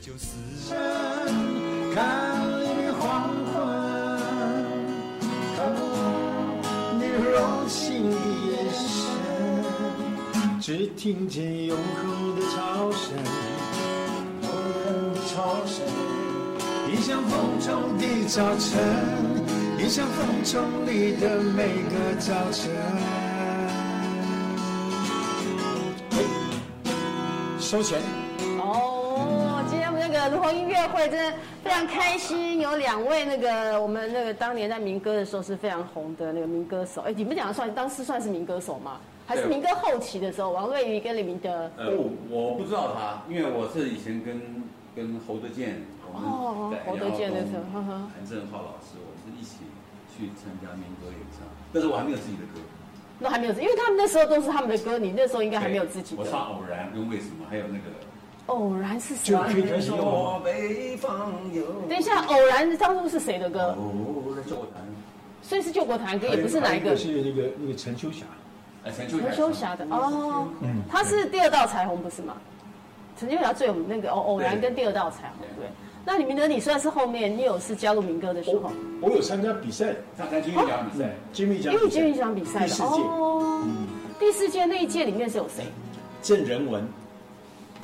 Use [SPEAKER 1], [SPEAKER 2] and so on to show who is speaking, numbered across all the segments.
[SPEAKER 1] 九四。
[SPEAKER 2] 看雨黄昏，看你柔情的眼神，只听见永恒的潮声，永恒的潮声，迎向风中的早晨，迎向风中里的每个早晨。收钱。
[SPEAKER 3] 哦，今天我们那个如虹音乐会真的非常开心，有两位那个我们那个当年在民歌的时候是非常红的那个民歌手，哎，你们两个算当时算是民歌手吗？还是
[SPEAKER 4] 对
[SPEAKER 3] 民歌后期的时候，王瑞瑜跟李明德？
[SPEAKER 4] 呃，我我不知道他，因为我是以前跟跟侯德健，我们
[SPEAKER 3] 哦
[SPEAKER 4] 在
[SPEAKER 3] 侯德健
[SPEAKER 4] 辽
[SPEAKER 3] 那
[SPEAKER 4] 东
[SPEAKER 3] 时候呵呵
[SPEAKER 4] 韩正浩老师，我们是一起去参加民歌演唱，但是我还没有自己的歌，
[SPEAKER 3] 那还没有，因为他们那时候都是他们的歌，你那时候应该还没有自己
[SPEAKER 4] 我
[SPEAKER 3] 的。
[SPEAKER 4] 唱《偶然》跟《为什么》，还有那个
[SPEAKER 3] 偶然是什么？
[SPEAKER 2] 就可以开始用了吗
[SPEAKER 4] 北方有
[SPEAKER 3] 等一下，偶然当初是谁的
[SPEAKER 4] 哦
[SPEAKER 3] 歌？
[SPEAKER 4] 偶然座谈，
[SPEAKER 3] 所以是救国团歌，也不是哪
[SPEAKER 2] 还
[SPEAKER 3] 一
[SPEAKER 2] 有
[SPEAKER 3] 个
[SPEAKER 2] 个是那个那个陈秋霞，
[SPEAKER 4] 呃，陈秋霞
[SPEAKER 3] 陈秋霞的哦
[SPEAKER 2] 嗯，
[SPEAKER 3] 他是第二道彩虹不是吗？陈秋霞最有那个偶偶然跟第二道彩虹对
[SPEAKER 4] 对。
[SPEAKER 3] 那李明德，你算是后面，你有是加入民歌的时候
[SPEAKER 2] 我，我有参加比赛，
[SPEAKER 4] 他参军奖比赛，
[SPEAKER 2] 金密奖
[SPEAKER 3] 因
[SPEAKER 2] 比赛，
[SPEAKER 3] 为金曲奖比赛
[SPEAKER 2] 第
[SPEAKER 3] 的
[SPEAKER 2] 四届
[SPEAKER 3] 哦。第四届那一届里面是有谁？
[SPEAKER 2] 郑仁文，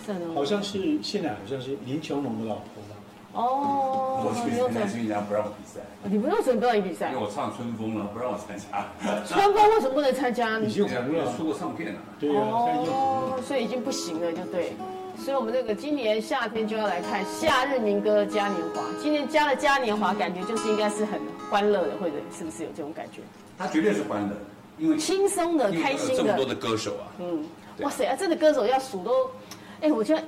[SPEAKER 3] 郑容
[SPEAKER 2] 好像是现在好像是林琼龙的老婆吧，
[SPEAKER 4] 我
[SPEAKER 3] 哦，
[SPEAKER 4] 去
[SPEAKER 3] 你有
[SPEAKER 4] 参加
[SPEAKER 3] 准，
[SPEAKER 4] 军奖不让我比赛，
[SPEAKER 3] 你不用准备要比赛
[SPEAKER 4] 因为。我唱《春风》了，不让我参加，
[SPEAKER 3] 春风为什么不能参加？
[SPEAKER 2] 已经红了
[SPEAKER 4] 出
[SPEAKER 2] 啊，
[SPEAKER 4] 过唱片了。
[SPEAKER 2] 对啊，他已经红
[SPEAKER 3] 嗯哦
[SPEAKER 2] 了，，
[SPEAKER 3] 所以已经不行了，就对。所以我们这个今年夏天就要来看夏日民歌嘉年华。今年加了嘉年华，感觉就是应该是很欢乐的，或者是不是有这种感觉？
[SPEAKER 4] 他绝对是欢乐，因为
[SPEAKER 3] 轻松的、开
[SPEAKER 4] 有
[SPEAKER 3] 心
[SPEAKER 4] 这么多
[SPEAKER 3] 的，
[SPEAKER 4] 的歌手啊，
[SPEAKER 3] 嗯，哇塞，啊，真的歌手要数都，哎，我觉得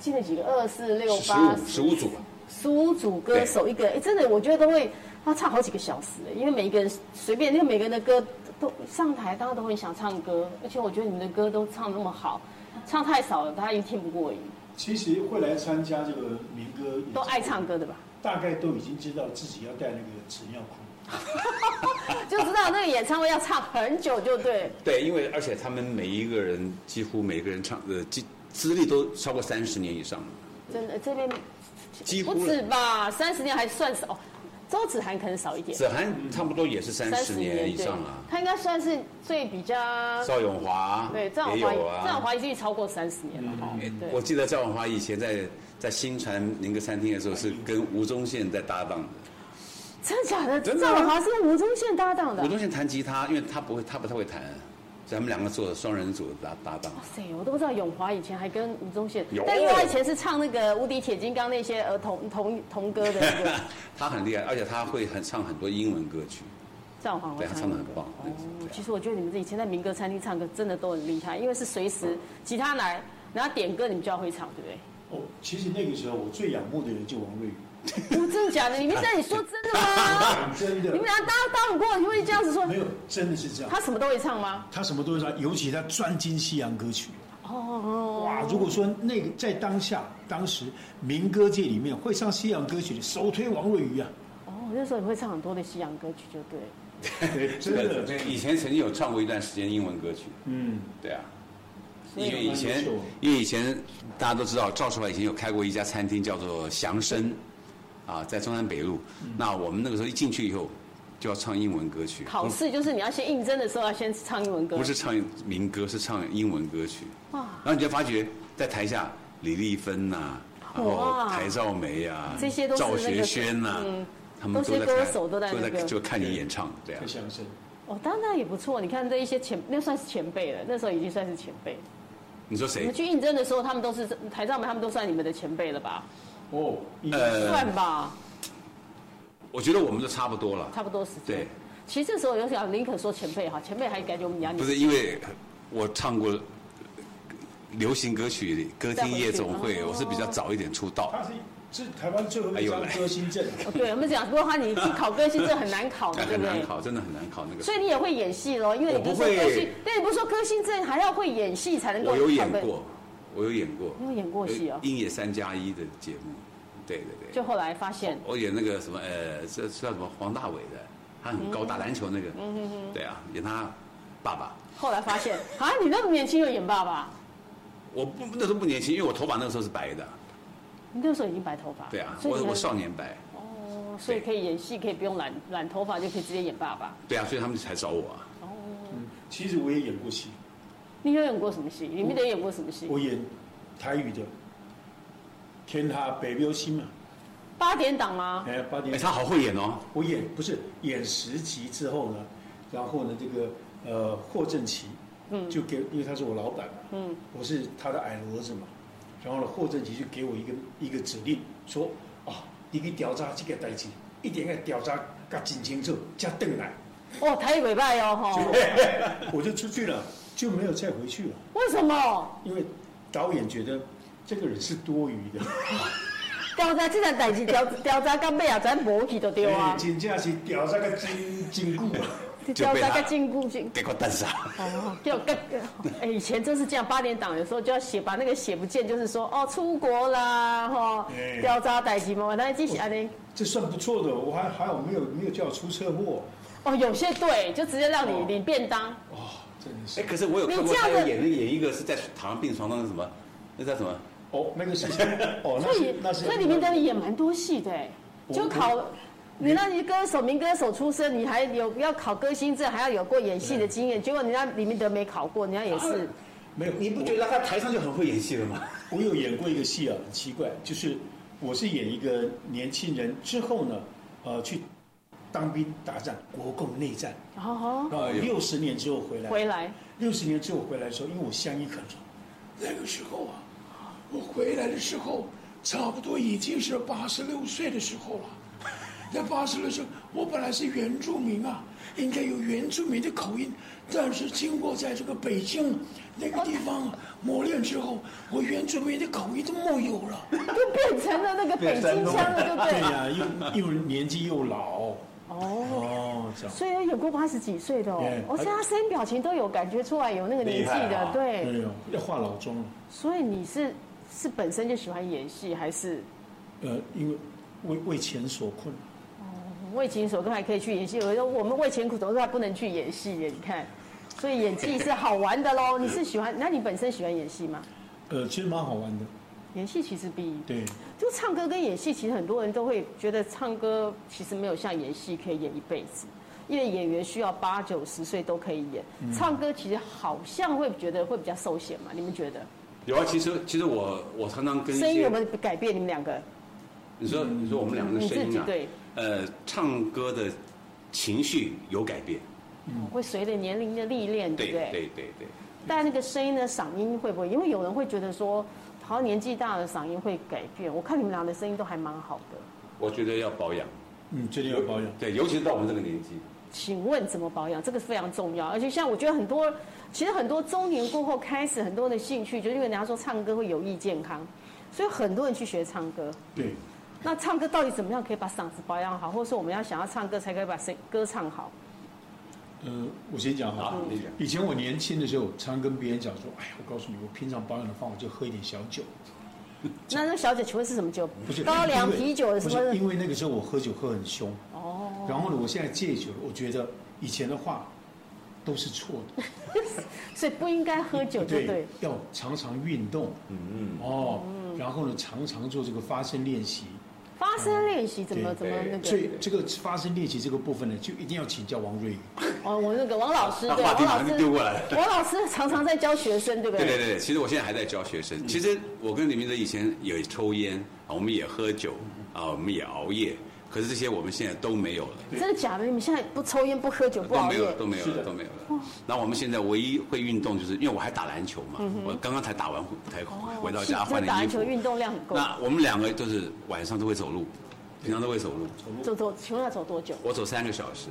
[SPEAKER 3] 今年几个二四六
[SPEAKER 4] 十
[SPEAKER 3] 八
[SPEAKER 4] 五十五组吧，
[SPEAKER 3] 十五组歌手一个，哎，真的我觉得都会要唱好几个小时，因为每一个人随便那个每个人的歌都上台，大家都很想唱歌，而且我觉得你们的歌都唱得那么好，唱太少了，大家一定听不过瘾，
[SPEAKER 2] 其实会来参加这个民歌演唱会
[SPEAKER 3] 都爱唱，歌的吧？
[SPEAKER 2] 大概都已经知道自己要带那个纸尿裤，
[SPEAKER 3] 就知道那个演唱会要唱很久，就对。
[SPEAKER 4] 对，因为而且他们每一个人几乎每个人唱呃资资历都超过三十年以上了，
[SPEAKER 3] 真的这边
[SPEAKER 4] 几乎
[SPEAKER 3] 不
[SPEAKER 4] 了
[SPEAKER 3] 止吧，三十年还算少，周子涵可能少一点，
[SPEAKER 4] 子涵差不多也是三十年以
[SPEAKER 3] 对
[SPEAKER 4] 上了，，
[SPEAKER 3] 他应该算是最比较
[SPEAKER 4] 赵咏华
[SPEAKER 3] 对赵
[SPEAKER 4] 也
[SPEAKER 3] 永华，
[SPEAKER 4] 有
[SPEAKER 3] 赵永
[SPEAKER 4] 啊，哎
[SPEAKER 3] 华已经超过三十年了哈，对
[SPEAKER 4] 我记得赵咏华以前在在新传民歌餐厅的时候是跟吴宗宪在搭档的，
[SPEAKER 3] 真的假的？
[SPEAKER 4] 真的啊
[SPEAKER 3] 赵永华是跟吴宗宪搭档的
[SPEAKER 4] 吴
[SPEAKER 3] 啊。
[SPEAKER 4] 宗宪弹吉他，因为他不会他不太会弹，所以他们两个做双人组搭搭档
[SPEAKER 3] 哇。塞，我都不知道永华以前还跟吴宗宪
[SPEAKER 4] 有，
[SPEAKER 3] 但因为他以前是唱那个《无敌铁金刚》那些儿童童童歌的那 个
[SPEAKER 4] 他很厉害，而且他会很唱很多英文歌曲。
[SPEAKER 3] 赵永华，
[SPEAKER 4] 对他唱得很棒
[SPEAKER 3] 哦
[SPEAKER 4] 那时候对啊
[SPEAKER 3] 其实我觉得你们以前在民歌餐厅唱歌真的都很厉害，因为是随时
[SPEAKER 4] 嗯
[SPEAKER 3] 吉他来，然后点歌你们就要会唱，对 不对？
[SPEAKER 2] 哦，其实那个时候我最仰慕的人就王瑞宇，？
[SPEAKER 3] 我真的假的？你们在你说真的吗
[SPEAKER 2] 真
[SPEAKER 3] 啊你们
[SPEAKER 2] 的
[SPEAKER 3] 俩搭搭档过，你会这样子说？
[SPEAKER 2] 没有，真的是这样。
[SPEAKER 3] 他什么都会唱吗？
[SPEAKER 2] 他什么都会唱，尤其他专精西洋歌曲。
[SPEAKER 3] 哦，
[SPEAKER 2] 哇！如果说那个在当下、当时民歌界里面会唱西洋歌曲的，首推王瑞 瑜啊，
[SPEAKER 3] 哦，那时候你会唱很多的西洋歌曲，就对了。
[SPEAKER 4] 嗯
[SPEAKER 2] 对，真
[SPEAKER 4] 对
[SPEAKER 2] 的
[SPEAKER 4] 对，以前曾经有唱过一段时间英文歌曲，
[SPEAKER 2] 嗯，
[SPEAKER 4] 对啊，
[SPEAKER 2] 所以
[SPEAKER 4] 因为以前
[SPEAKER 2] 蛮优秀的
[SPEAKER 4] 因为以前大家都知道赵世华以前有开过一家餐厅叫做祥生，啊，在中山北路。
[SPEAKER 3] 嗯
[SPEAKER 4] 那我们那个时候一进去以后就要唱英文歌曲，
[SPEAKER 3] 考试就是你要先应征的时候要先唱英文歌，
[SPEAKER 4] 不是唱民歌，是唱英文歌曲。
[SPEAKER 3] 哇，
[SPEAKER 4] 然后你就发觉在台下李丽芬呐、然后
[SPEAKER 3] 哇
[SPEAKER 4] 台兆梅啊，
[SPEAKER 3] 这些都是那
[SPEAKER 4] 赵
[SPEAKER 3] 个
[SPEAKER 4] 学轩呐、
[SPEAKER 3] 嗯
[SPEAKER 4] 他
[SPEAKER 3] 都
[SPEAKER 4] 们
[SPEAKER 3] 是
[SPEAKER 4] 在
[SPEAKER 3] 歌
[SPEAKER 4] 台
[SPEAKER 3] 手都在
[SPEAKER 4] 都
[SPEAKER 3] 那个
[SPEAKER 4] 就看你演唱，对啊
[SPEAKER 2] 太。相声。
[SPEAKER 3] 哦，当然也不错。你看这一些前，那算是前辈了，那时候已经算是前辈。
[SPEAKER 4] 你说
[SPEAKER 3] 你
[SPEAKER 4] 谁
[SPEAKER 3] 们？去应征的时候，他们都是台上们，他们都算你们的前辈了吧？
[SPEAKER 2] 哦，
[SPEAKER 4] 呃
[SPEAKER 3] 算吧，
[SPEAKER 4] 我觉得我们都差不多了。
[SPEAKER 3] 差不多时间。
[SPEAKER 4] 对，
[SPEAKER 3] 其实这时候有想宁可说前辈哈，前辈还感觉我们娘
[SPEAKER 4] 不
[SPEAKER 3] 你
[SPEAKER 4] 是因为我唱过流行歌曲歌厅夜总会，
[SPEAKER 3] 哦
[SPEAKER 4] 我是比较早一点出道。
[SPEAKER 2] 他是是台湾最后
[SPEAKER 4] 哎
[SPEAKER 2] 一
[SPEAKER 4] 呦
[SPEAKER 2] 张
[SPEAKER 4] 来
[SPEAKER 2] 歌星证，
[SPEAKER 3] 哦，对，我们讲，不过他你去考歌星这很难 考的，对
[SPEAKER 4] 很
[SPEAKER 3] 不
[SPEAKER 4] 难
[SPEAKER 3] 哦对？
[SPEAKER 4] 考，真的很难考那个。
[SPEAKER 3] 所以你也会演戏喽，因为你
[SPEAKER 4] 我不
[SPEAKER 3] 是说歌星
[SPEAKER 4] 会，
[SPEAKER 3] 但你不是说歌星证还要会演戏才能够
[SPEAKER 4] 我有演
[SPEAKER 3] 考歌
[SPEAKER 4] 过，我有演过。
[SPEAKER 3] 你有演过戏哦
[SPEAKER 4] 英野三加一的节目，对对对。
[SPEAKER 3] 就后来发现，
[SPEAKER 4] 我演那个什么呃，这这叫什么黄大炜的，他很高，打篮球那个，
[SPEAKER 3] 嗯
[SPEAKER 4] 对啊，演他爸爸。
[SPEAKER 3] 后来发现 啊，你那么年轻就演爸爸，
[SPEAKER 4] 我不那时候不年轻，因为我头发那个时候是白的，
[SPEAKER 3] 你那时候已经白头发，
[SPEAKER 4] 对啊，
[SPEAKER 3] 所以
[SPEAKER 4] 我
[SPEAKER 3] 你
[SPEAKER 4] 我
[SPEAKER 3] 还
[SPEAKER 4] 少年白，
[SPEAKER 3] 哦，所以可以演戏，可以不用染染头发，就可以直接演爸爸。
[SPEAKER 4] 对啊，所以他们才找我啊。
[SPEAKER 2] 其实我也演过戏，
[SPEAKER 3] 你有演过什么戏？你们得演过什么戏？
[SPEAKER 2] 我演台语的《天下北流星》嘛，
[SPEAKER 3] 八点档啊，
[SPEAKER 2] 哎，八点
[SPEAKER 4] 哎，他好会演哦，
[SPEAKER 2] 我演不是演十集之后呢，然后呢，这个呃霍正奇，嗯，就给因为他是我老板嘛，嗯，我是他的矮儿子嘛，然后呢，霍正奇就给我一个一个指令，说啊，你去调查这个代志，一点个调查噶真清楚，才回来，
[SPEAKER 3] 哦，台语尾拜哦，哈，
[SPEAKER 2] 我就出去了，就没有再回去了，
[SPEAKER 3] 为什么？
[SPEAKER 2] 因为导演觉得这个人是多余的，
[SPEAKER 3] 调查这件代志，调调查到尾啊，咱无去就对啊
[SPEAKER 2] 哎， 真正是调查个真真久啊，
[SPEAKER 3] 调查到禁锢禁。
[SPEAKER 4] 给我蛋傻。
[SPEAKER 3] 哦，就跟 哎，以前真是这样，八点档有时候就要写，把那个写不见，就是说哦，出国啦，哈
[SPEAKER 2] 哎，
[SPEAKER 3] 调查代志嘛，那继
[SPEAKER 2] 哦
[SPEAKER 3] 续安尼。
[SPEAKER 2] 这算不错的，我还还好没有没有叫我出车祸。
[SPEAKER 3] 哦，有些对，就直接让你
[SPEAKER 2] 哦
[SPEAKER 3] 领便当。
[SPEAKER 2] 哦，真的是
[SPEAKER 4] 哎，可是我有看
[SPEAKER 3] 你
[SPEAKER 4] 过
[SPEAKER 3] 这样子
[SPEAKER 4] 他有演那演一个是在躺上病床上的什么，那叫什么？
[SPEAKER 2] 哦，那个是哦，那
[SPEAKER 3] 所
[SPEAKER 2] 是
[SPEAKER 3] 以
[SPEAKER 2] 那是
[SPEAKER 3] 所以你明德里也蛮多戏的欸，
[SPEAKER 2] 我
[SPEAKER 3] 就考你那你歌手民歌手出身，你还有要考歌星证，还要有过演戏的经验，结果人家李明德没考过，人家也是。
[SPEAKER 2] 没有，
[SPEAKER 4] 你不觉得他在台上就很会演戏了吗？
[SPEAKER 2] 我我有演过一个戏啊，很奇怪，就是我是演一个年轻人之后呢，呃，去当兵打仗，国共内战，
[SPEAKER 3] 哦，
[SPEAKER 2] 啊，六十年之后回来，
[SPEAKER 3] 回来
[SPEAKER 2] 六十年之后回来的时候，因为我乡音很重，那个时候啊，我回来的时候差不多已经是八十六岁的时候了。那八十六岁，我本来是原住民啊，应该有原住民的口音，但是经过在这个北京那个地方磨练之后，我原住民的口音都没有了。
[SPEAKER 3] 就变成了那个北京腔了，对不
[SPEAKER 2] 对
[SPEAKER 3] 对？
[SPEAKER 2] 呀、又又年纪又老，
[SPEAKER 3] 哦，
[SPEAKER 2] 哦，这样
[SPEAKER 3] 所以有过八十几岁的哦
[SPEAKER 2] 对，
[SPEAKER 3] 我现在声音表情都有感觉出来有那个年纪
[SPEAKER 2] 啊
[SPEAKER 3] 的，对。
[SPEAKER 2] 没有要化老妆了。
[SPEAKER 3] 所以你是是本身就喜欢演戏，还是
[SPEAKER 2] 呃，因为为为钱所困。
[SPEAKER 3] 为情所困还可以去演戏，我说我们为钱苦总是还不能去演戏耶，你看，所以演技是好玩的喽。你是喜欢？那你本身喜欢演戏吗？
[SPEAKER 2] 呃，其实蛮好玩的，
[SPEAKER 3] 演戏其实比
[SPEAKER 2] 对，
[SPEAKER 3] 就唱歌跟演戏，其实很多人都会觉得唱歌其实没有像演戏可以演一辈子，因为演员需要八九十岁都可以演，唱歌其实好像会觉得会比较受限嘛？你们觉得？
[SPEAKER 4] 有啊，其实其实我我常常跟一
[SPEAKER 3] 声音
[SPEAKER 4] 些
[SPEAKER 3] 有没有改变？你们两个，
[SPEAKER 4] 你说你说我们两个的
[SPEAKER 3] 你自
[SPEAKER 4] 声
[SPEAKER 3] 己
[SPEAKER 4] 音啊，
[SPEAKER 3] 对，
[SPEAKER 4] 呃，唱歌的情绪有改变，
[SPEAKER 3] 会随着年龄的历练，对
[SPEAKER 4] 对
[SPEAKER 3] 不对？
[SPEAKER 4] 对对对，
[SPEAKER 3] 但那个声音的嗓音会不会？因为有人会觉得说，好像年纪大了嗓音会改变。我看你们俩的声音都还蛮好的，
[SPEAKER 4] 我觉得要保养，
[SPEAKER 2] 嗯，最近要保养。
[SPEAKER 4] 对，尤其是到我们这个年纪，
[SPEAKER 3] 请问怎么保养？这个非常重要。而且像我觉得很多，其实很多中年过后开始很多的兴趣，就是因为人家说唱歌会有益健康，所以很多人去学唱歌。
[SPEAKER 2] 对，
[SPEAKER 3] 那唱歌到底怎么样可以把嗓子保养好，或者说我们要想要唱歌才可以把声歌唱好？
[SPEAKER 2] 呃，我先讲哈
[SPEAKER 4] 好啊你讲。
[SPEAKER 2] 以前我年轻的时候，常跟别人讲说：“哎呀，我告诉你，我平常保养的方法就喝一点小酒，
[SPEAKER 3] 那那小姐，请问是什么酒
[SPEAKER 2] 不是？
[SPEAKER 3] 高粱
[SPEAKER 2] 因为
[SPEAKER 3] 啤酒什
[SPEAKER 2] 不
[SPEAKER 3] 么
[SPEAKER 2] 是？因为那个时候我喝酒喝很凶，
[SPEAKER 3] 哦，
[SPEAKER 2] 然后呢，我现在戒酒了。我觉得以前的话都是错的，
[SPEAKER 3] 所以不应该喝酒，对不对？，
[SPEAKER 2] 要常常运动，
[SPEAKER 4] 嗯
[SPEAKER 2] 哦，然后呢，常常做这个发声练习。
[SPEAKER 3] 发声练习怎么
[SPEAKER 2] 对
[SPEAKER 3] 怎么那个？
[SPEAKER 2] 所以这个发声练习这个部分呢，就一定要请教王瑞宇。
[SPEAKER 3] 哦，我那个王老师，
[SPEAKER 4] 那
[SPEAKER 3] 对，
[SPEAKER 4] 话
[SPEAKER 3] 王
[SPEAKER 4] 题
[SPEAKER 3] 老
[SPEAKER 4] 马上就丢
[SPEAKER 3] 师，
[SPEAKER 4] 过来了。
[SPEAKER 3] 王老师常常在教学生，对不
[SPEAKER 4] 对
[SPEAKER 3] 对？
[SPEAKER 4] 对对，其实我现在还在教学生。其实我跟李明哲以前也抽烟啊，我们也喝酒啊，我们也熬夜，可是这些我们现在都没有了，
[SPEAKER 3] 真的假的？你们现在不抽烟、不喝酒、不
[SPEAKER 4] 都
[SPEAKER 3] 熬
[SPEAKER 4] 没有
[SPEAKER 3] 夜
[SPEAKER 4] 了，，都没有
[SPEAKER 2] 是
[SPEAKER 4] 了，
[SPEAKER 2] 的
[SPEAKER 4] 都没有了。那我们现在唯一会运动，就是因为我还打篮球嘛，我刚刚才打完才回到
[SPEAKER 3] 嗯
[SPEAKER 4] 家
[SPEAKER 3] 哦是
[SPEAKER 4] 换
[SPEAKER 3] 打
[SPEAKER 4] 了衣
[SPEAKER 3] 篮球
[SPEAKER 4] 服。
[SPEAKER 3] 运动量很够。
[SPEAKER 4] 那我们两个都是晚上都会走路，平常都会走路。
[SPEAKER 3] 走走，请问要走多久？
[SPEAKER 4] 我走三个小时，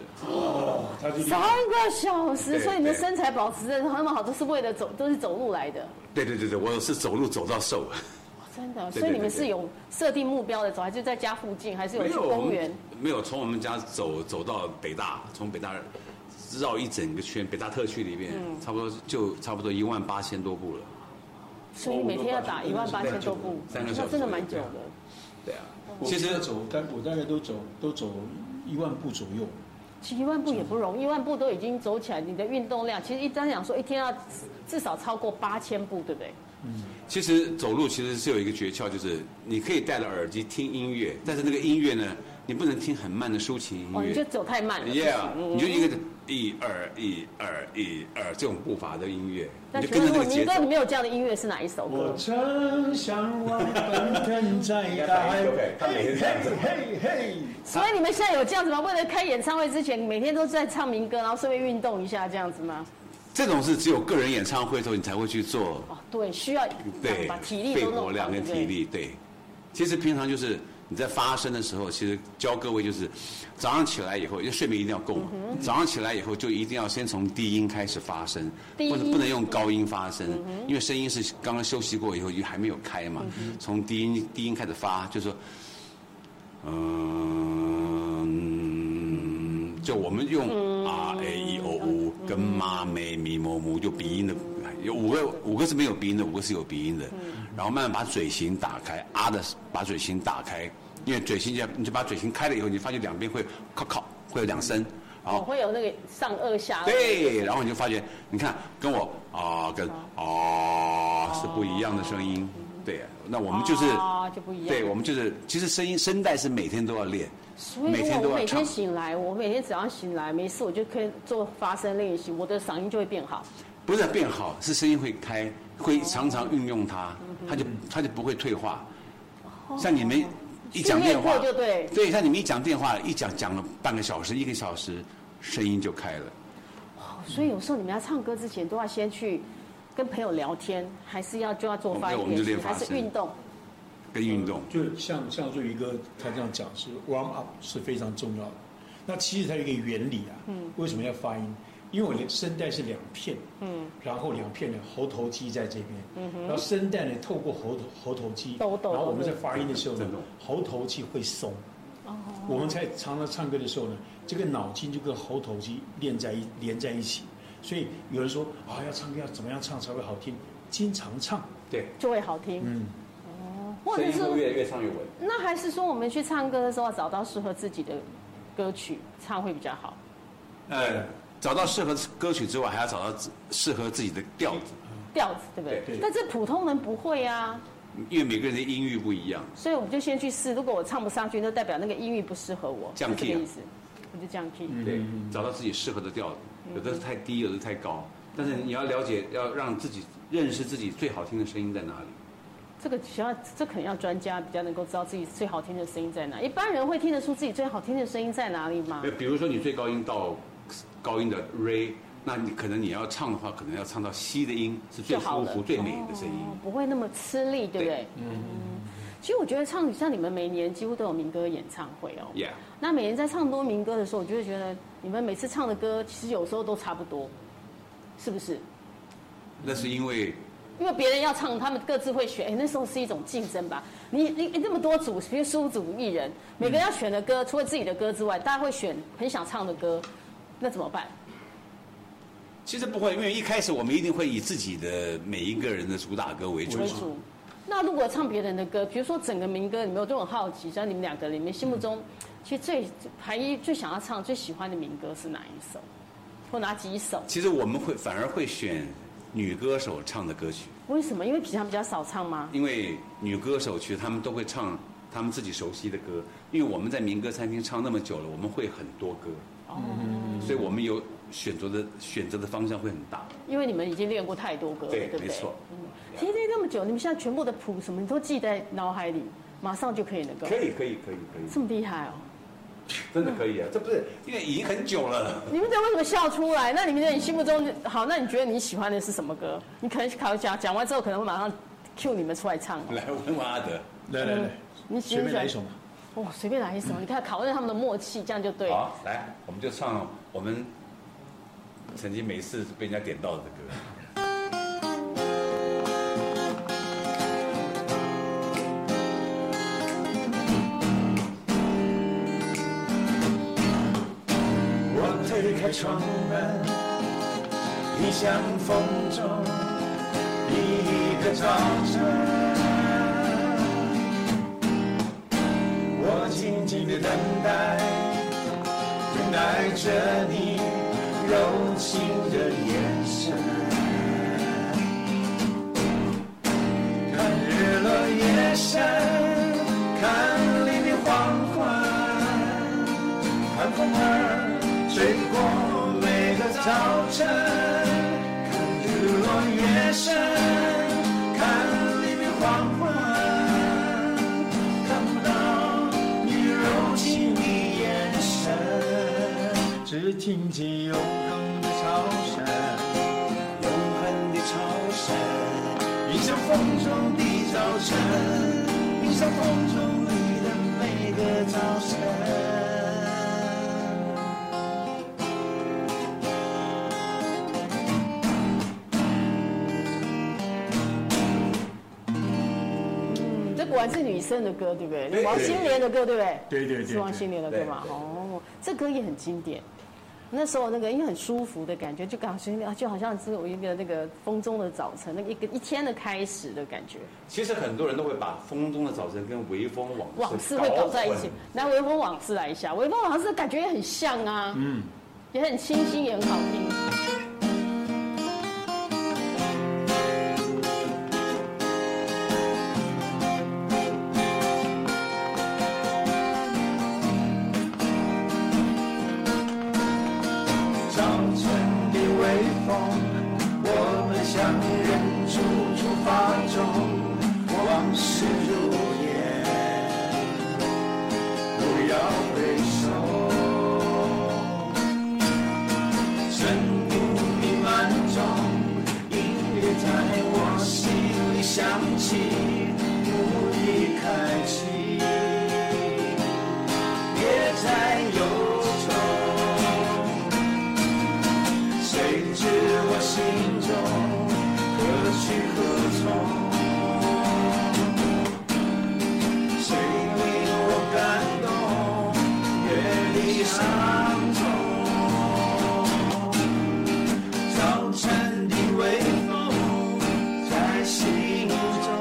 [SPEAKER 2] 他就
[SPEAKER 3] 三个小时，
[SPEAKER 4] 对
[SPEAKER 3] 所以你的
[SPEAKER 4] 对
[SPEAKER 3] 身材保持的那么好，都是为了走，都是走路来的，
[SPEAKER 4] 对对对对，我是走路走到瘦。
[SPEAKER 3] 哦真的。
[SPEAKER 4] 对
[SPEAKER 3] 所以你们
[SPEAKER 4] 对对
[SPEAKER 3] 是有设定目标的走，还是在家附近，还是有
[SPEAKER 4] 没
[SPEAKER 3] 去
[SPEAKER 4] 有我
[SPEAKER 3] 公园
[SPEAKER 4] 们？没有从我们家走走到北大，从北大绕一整个圈，北大特区里面，
[SPEAKER 3] 嗯
[SPEAKER 4] 差不多就差不多一万八千多步了。
[SPEAKER 3] 所以你每天要打一万八千多步，
[SPEAKER 4] 三个小时
[SPEAKER 3] 那真的蛮久的。
[SPEAKER 4] 对啊，
[SPEAKER 2] 其
[SPEAKER 4] 其
[SPEAKER 2] 实
[SPEAKER 4] 实
[SPEAKER 2] 走，但我大概都走都走一万步左右。
[SPEAKER 3] 其实一万步也不容易，一万步都已经走起来，你的运动量其实一般讲说一天要至少超过八千步，对不对？
[SPEAKER 4] 其实走路其实是有一个诀窍，就是你可以戴着耳机听音乐，但是那个音乐呢，你不能听很慢的抒情音
[SPEAKER 3] 哦，你就嗯
[SPEAKER 4] 乐。
[SPEAKER 3] 走太慢了。
[SPEAKER 4] Yeah，
[SPEAKER 3] 不行
[SPEAKER 4] 你就一个一二一二一二这种步伐的音乐，
[SPEAKER 3] 那
[SPEAKER 4] 你就
[SPEAKER 3] 请
[SPEAKER 4] 跟着
[SPEAKER 3] 问
[SPEAKER 4] 这
[SPEAKER 3] 我民
[SPEAKER 4] 个节
[SPEAKER 3] 歌
[SPEAKER 4] 奏
[SPEAKER 3] 里。面有这样的音乐是哪一首
[SPEAKER 5] 我
[SPEAKER 3] 歌？
[SPEAKER 5] 曾向往奔腾在大海，嘿嘿嘿嘿。
[SPEAKER 3] 所以你们现在有这样子吗？为了开演唱会之前，每天都在唱民歌，然后顺便运动一下这样子吗？
[SPEAKER 4] 这种是只有个人演唱会的时候你才会去做，
[SPEAKER 3] 哦，对，需要
[SPEAKER 4] 对
[SPEAKER 3] 把体力，
[SPEAKER 4] 肺
[SPEAKER 3] 都弄
[SPEAKER 4] 活
[SPEAKER 3] 好
[SPEAKER 4] 量跟
[SPEAKER 3] 对不对
[SPEAKER 4] 体力，对。其实平常就是你在发声的时候，其实教各位就是，早上起来以后，因为睡眠一定要够嘛。
[SPEAKER 3] 嗯
[SPEAKER 4] 早上起来以后就一定要先从低音开始发声，
[SPEAKER 3] 低
[SPEAKER 4] 不能
[SPEAKER 3] 音
[SPEAKER 4] 不能用高音发声，
[SPEAKER 3] 嗯
[SPEAKER 4] 因为声音是刚刚休息过以后就还没有开嘛，从低音低音开始发，就是说，嗯，就我们用 R A E O U 跟妈咪咪摸摸，就鼻音的，有五个五个是没有鼻音的，五个是有鼻音的。然后慢慢把嘴型打开，啊的把嘴型打开，因为嘴型就你就把嘴型开了以后，你发觉两边会靠靠，会有两声，然
[SPEAKER 3] 哦，
[SPEAKER 4] 后
[SPEAKER 3] 会有那个上颚下颚。
[SPEAKER 4] 对，然后你就发觉，你看跟我啊跟啊是不一样的声音，对，那我
[SPEAKER 3] 我
[SPEAKER 4] 们就是。
[SPEAKER 3] 啊，就不一样。
[SPEAKER 4] 对，我们就是，其实声音声带是每天都要练，
[SPEAKER 3] 所以
[SPEAKER 4] 每天
[SPEAKER 3] 如果
[SPEAKER 4] 都
[SPEAKER 3] 我
[SPEAKER 4] 要
[SPEAKER 3] 每
[SPEAKER 4] 唱
[SPEAKER 3] 天。醒来，我每天只要醒来没事，我就可以做发声练习，我的嗓音就会变好。
[SPEAKER 4] 不是变好，是声音会开，
[SPEAKER 3] 哦
[SPEAKER 4] 会常常运用它，
[SPEAKER 3] 嗯
[SPEAKER 4] 它就它就不会退化。像你们一讲电话
[SPEAKER 3] 哦训练过，就对
[SPEAKER 4] 对，像你们一讲电话，一讲讲了半个小时、一个小时，声音就开了。
[SPEAKER 3] 所以有时候你们要唱歌之前，都要先去跟朋友聊天，还是要就要做发
[SPEAKER 4] 我
[SPEAKER 3] 音
[SPEAKER 4] 们就
[SPEAKER 3] 练
[SPEAKER 4] 练
[SPEAKER 3] 习，
[SPEAKER 4] 发
[SPEAKER 3] 还
[SPEAKER 4] 声
[SPEAKER 3] 是运动。
[SPEAKER 4] 跟运动，
[SPEAKER 5] 就像像瑞宇哥他这样讲是 warm up 是非常重要的。那其实它有一个原理啊，为什么要发音？因为我的声带是两片，嗯，然后两片的喉头肌在这边，嗯然后声带呢透过喉头喉头肌，
[SPEAKER 3] 抖抖
[SPEAKER 5] 然后我们在发音的时候呢
[SPEAKER 4] 震动，
[SPEAKER 5] 喉头肌会松，我们在常常唱歌的时候呢，这个脑筋就跟喉头肌连在一连在一起，所以有人说啊、要唱歌要怎么样唱才会好听，经常唱，
[SPEAKER 4] 对，
[SPEAKER 3] 就会好听，哦
[SPEAKER 5] 嗯，
[SPEAKER 3] 或者是
[SPEAKER 4] 越唱越稳。
[SPEAKER 3] 那还是说我们去唱歌的时候要找到适合自己的歌曲唱会比较好。
[SPEAKER 4] 呃，找到适合歌曲之外，还要找到自适合自己的调子，
[SPEAKER 3] 调子对不对？
[SPEAKER 5] 对
[SPEAKER 3] 但是普通人不会啊，
[SPEAKER 4] 因为每个人的音域不一样。
[SPEAKER 3] 所以我们就先去试。如果我唱不上去，那代表那个音域不适合我，
[SPEAKER 4] 降
[SPEAKER 3] 是
[SPEAKER 4] key 啊
[SPEAKER 3] 这个意思。我就降 key。
[SPEAKER 4] 对，
[SPEAKER 3] 嗯
[SPEAKER 4] 找到自己适合的调子，有的是太低，有的是太高。但是
[SPEAKER 3] 嗯
[SPEAKER 4] 你要了解，要让自己认识自己最好听的声音在哪里。
[SPEAKER 3] 这个需要，这可能要专家比较能够知道自己最好听的声音在哪。一般人会听得出自己最好听的声音在哪里吗
[SPEAKER 4] 比？比如说你最高音到高音的 re，那你可能你要唱的话，可能要唱到西的音是最
[SPEAKER 3] 就好
[SPEAKER 4] 舒
[SPEAKER 3] 了
[SPEAKER 4] 服、最美的声音。
[SPEAKER 3] 哦不会那么吃力，对不对
[SPEAKER 4] 对？
[SPEAKER 3] 嗯。其实我觉得唱像你们每年几乎都有民歌演唱会哦。
[SPEAKER 4] Yeah，
[SPEAKER 3] 那每年在唱多民歌的时候，我就会觉得你们每次唱的歌其实有时候都差不多，是不是？
[SPEAKER 4] 那是因为
[SPEAKER 3] 因为别人要唱，他们各自会选。哎，那时候是一种竞争吧。你你你那么多组，比如十五组艺人，每个人要选的歌，除了自己的歌之外，大家会选很想唱的歌，那怎么办？
[SPEAKER 4] 其实不会，因为一开始我们一定会以自己的每一个人的主打歌为主
[SPEAKER 3] 为
[SPEAKER 4] 嘛。
[SPEAKER 3] 主。那如果唱别人的歌，比如说整个民歌，你们我就很好奇，像你们两个里面心目中，其实最排一最想要唱、最喜欢的民歌是哪一首，或哪几首？
[SPEAKER 4] 其实我们会反而会选女歌手唱的歌曲，
[SPEAKER 3] 为什么？因为平常比较少唱吗？
[SPEAKER 4] 因为女歌手其实她们都会唱她们自己熟悉的歌。因为我们在民歌餐厅唱那么久了，我们会很多歌，
[SPEAKER 3] 哦，
[SPEAKER 4] 所以我们有选择的选择的方向会很大。
[SPEAKER 3] 因为你们已经练过太多歌了，对不嗯对？
[SPEAKER 4] 没错。。
[SPEAKER 3] 其实练那么久，你们现在全部的谱什么，你都记在脑海里，马上就可以能够。
[SPEAKER 4] 以，可以，可以，可以
[SPEAKER 3] 这么厉害哦！
[SPEAKER 4] 真的可以啊，这不是因为已经很久了。
[SPEAKER 3] 你们这为什么笑出来？那你们在你心目中好？那你觉得你喜欢的是什么歌？你可能考讲讲完之后，可能会马上 cue 你们出来唱哦。
[SPEAKER 4] 来问问阿德，
[SPEAKER 5] 来来来，
[SPEAKER 3] 你喜
[SPEAKER 5] 随
[SPEAKER 3] 欢
[SPEAKER 5] 便来一首嘛。
[SPEAKER 3] 哇，随便来一首，你看考验他们的默契，这样就对。
[SPEAKER 4] 好，来，我们就唱我们曾经每次被人家点到的歌。
[SPEAKER 5] 我推开窗门，异乡风中，一个早晨，我静静的等待，等待着你柔情的眼神。山，看黎明黄昏，看风儿吹过每个早晨，看日落月升，看黎明黄昏，看不到你柔情的眼神，只听见永恒的潮声。永恒的潮声，迎向风中的早晨，迎向风中你的每个早晨。
[SPEAKER 3] 嗯，这果然是女生的歌，对不对？
[SPEAKER 5] 对
[SPEAKER 3] 王心
[SPEAKER 5] 对
[SPEAKER 3] 莲的歌，对不对？
[SPEAKER 5] 对对对
[SPEAKER 3] 是王心莲的歌
[SPEAKER 5] 对
[SPEAKER 3] 嘛？
[SPEAKER 5] 对
[SPEAKER 3] 哦，这歌也很经典。那时候那个因为很舒服的感觉，就感觉啊，就好像是有一个那个风中的早晨，那个一个一天的开始的感觉。
[SPEAKER 4] 其实很多人都会把《风中的早晨》跟《微风往
[SPEAKER 3] 往事会搞在一起，拿微风往事来一下，微风往事感觉也很像啊，嗯，也很清新，也很好听。
[SPEAKER 5] 早晨的微风，我们相约处处发中，往事如烟，不要回首。晨雾弥漫中，音乐在我心里响起，无意开启，别再忧愁。谁知我心中何去何从？谁为我感动，阅历伤痛？早晨的微风在心中，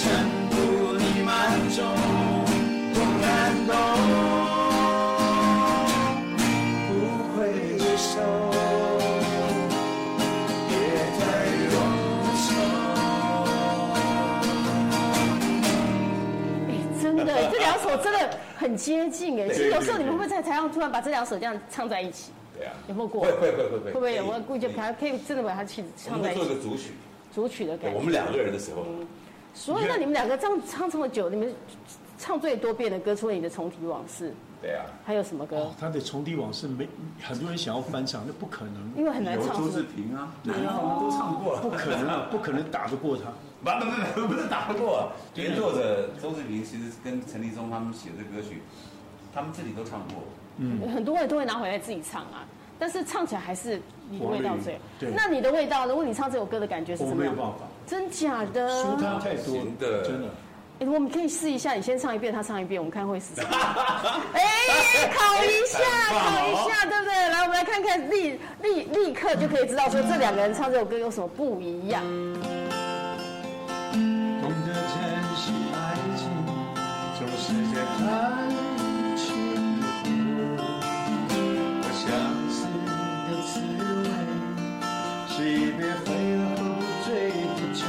[SPEAKER 5] 晨雾弥漫中，我感动。不回首，别再忧愁。
[SPEAKER 3] 哎，真的，这两首真的很接近哎。
[SPEAKER 4] 对
[SPEAKER 3] 其实有时候你们会不会在台上突然把这两首这样唱在一起？
[SPEAKER 4] 对啊，
[SPEAKER 3] 有没有过？
[SPEAKER 4] 会会会会会，
[SPEAKER 3] 会不会有？我估计
[SPEAKER 4] 可以
[SPEAKER 3] 还可以真的把它去
[SPEAKER 4] 我
[SPEAKER 3] 唱
[SPEAKER 4] 们
[SPEAKER 3] 在
[SPEAKER 4] 会
[SPEAKER 3] 一
[SPEAKER 4] 做一
[SPEAKER 3] 起，
[SPEAKER 4] 个组曲，
[SPEAKER 3] 组曲的
[SPEAKER 4] 对
[SPEAKER 3] 感
[SPEAKER 4] 我
[SPEAKER 3] 觉。
[SPEAKER 4] 们两个人的时候，
[SPEAKER 3] 所以那你们两个这样唱这么久，你们唱最多遍的歌，除了你的《重提往事》，
[SPEAKER 4] 对啊，
[SPEAKER 3] 还有什么歌
[SPEAKER 2] 哦，？他的《重提往事》没很多人想要翻唱，那不可 能，
[SPEAKER 3] 因为很难
[SPEAKER 4] 有
[SPEAKER 3] 唱，
[SPEAKER 4] 周
[SPEAKER 3] 是
[SPEAKER 4] 志
[SPEAKER 3] 吗
[SPEAKER 4] 平啊，南方都唱过了
[SPEAKER 2] 不。可能啊，不可能打得过他。
[SPEAKER 4] 不不不不是打不过，原作者周志平其实跟陈立忠他们写的歌曲，他们自己都唱过。
[SPEAKER 2] 嗯
[SPEAKER 3] 很多人都会拿回来自己唱啊。但是唱起来还是你的味道最好
[SPEAKER 2] 黄。龄对
[SPEAKER 3] 那你的味道，如果你唱这首歌的感觉是
[SPEAKER 2] 我
[SPEAKER 3] 什么
[SPEAKER 2] 没有
[SPEAKER 3] 样
[SPEAKER 2] 办？法，
[SPEAKER 3] 真假的？
[SPEAKER 2] 输他太多
[SPEAKER 4] 行的
[SPEAKER 2] 真的。
[SPEAKER 3] 哎我们可以试一下，你先唱一遍，他唱一遍，我们看会 是什么。哎，考一下，
[SPEAKER 4] 很棒
[SPEAKER 3] 考一
[SPEAKER 4] 哦
[SPEAKER 3] 下，对不对？来，我们来看看立立立刻就可以知道说这两个人唱这首歌有什么不一样。
[SPEAKER 4] 嗯
[SPEAKER 5] 懂得珍惜爱情，总是在爱情的湖。我相思的滋味，是一杯飞了后醉的酒。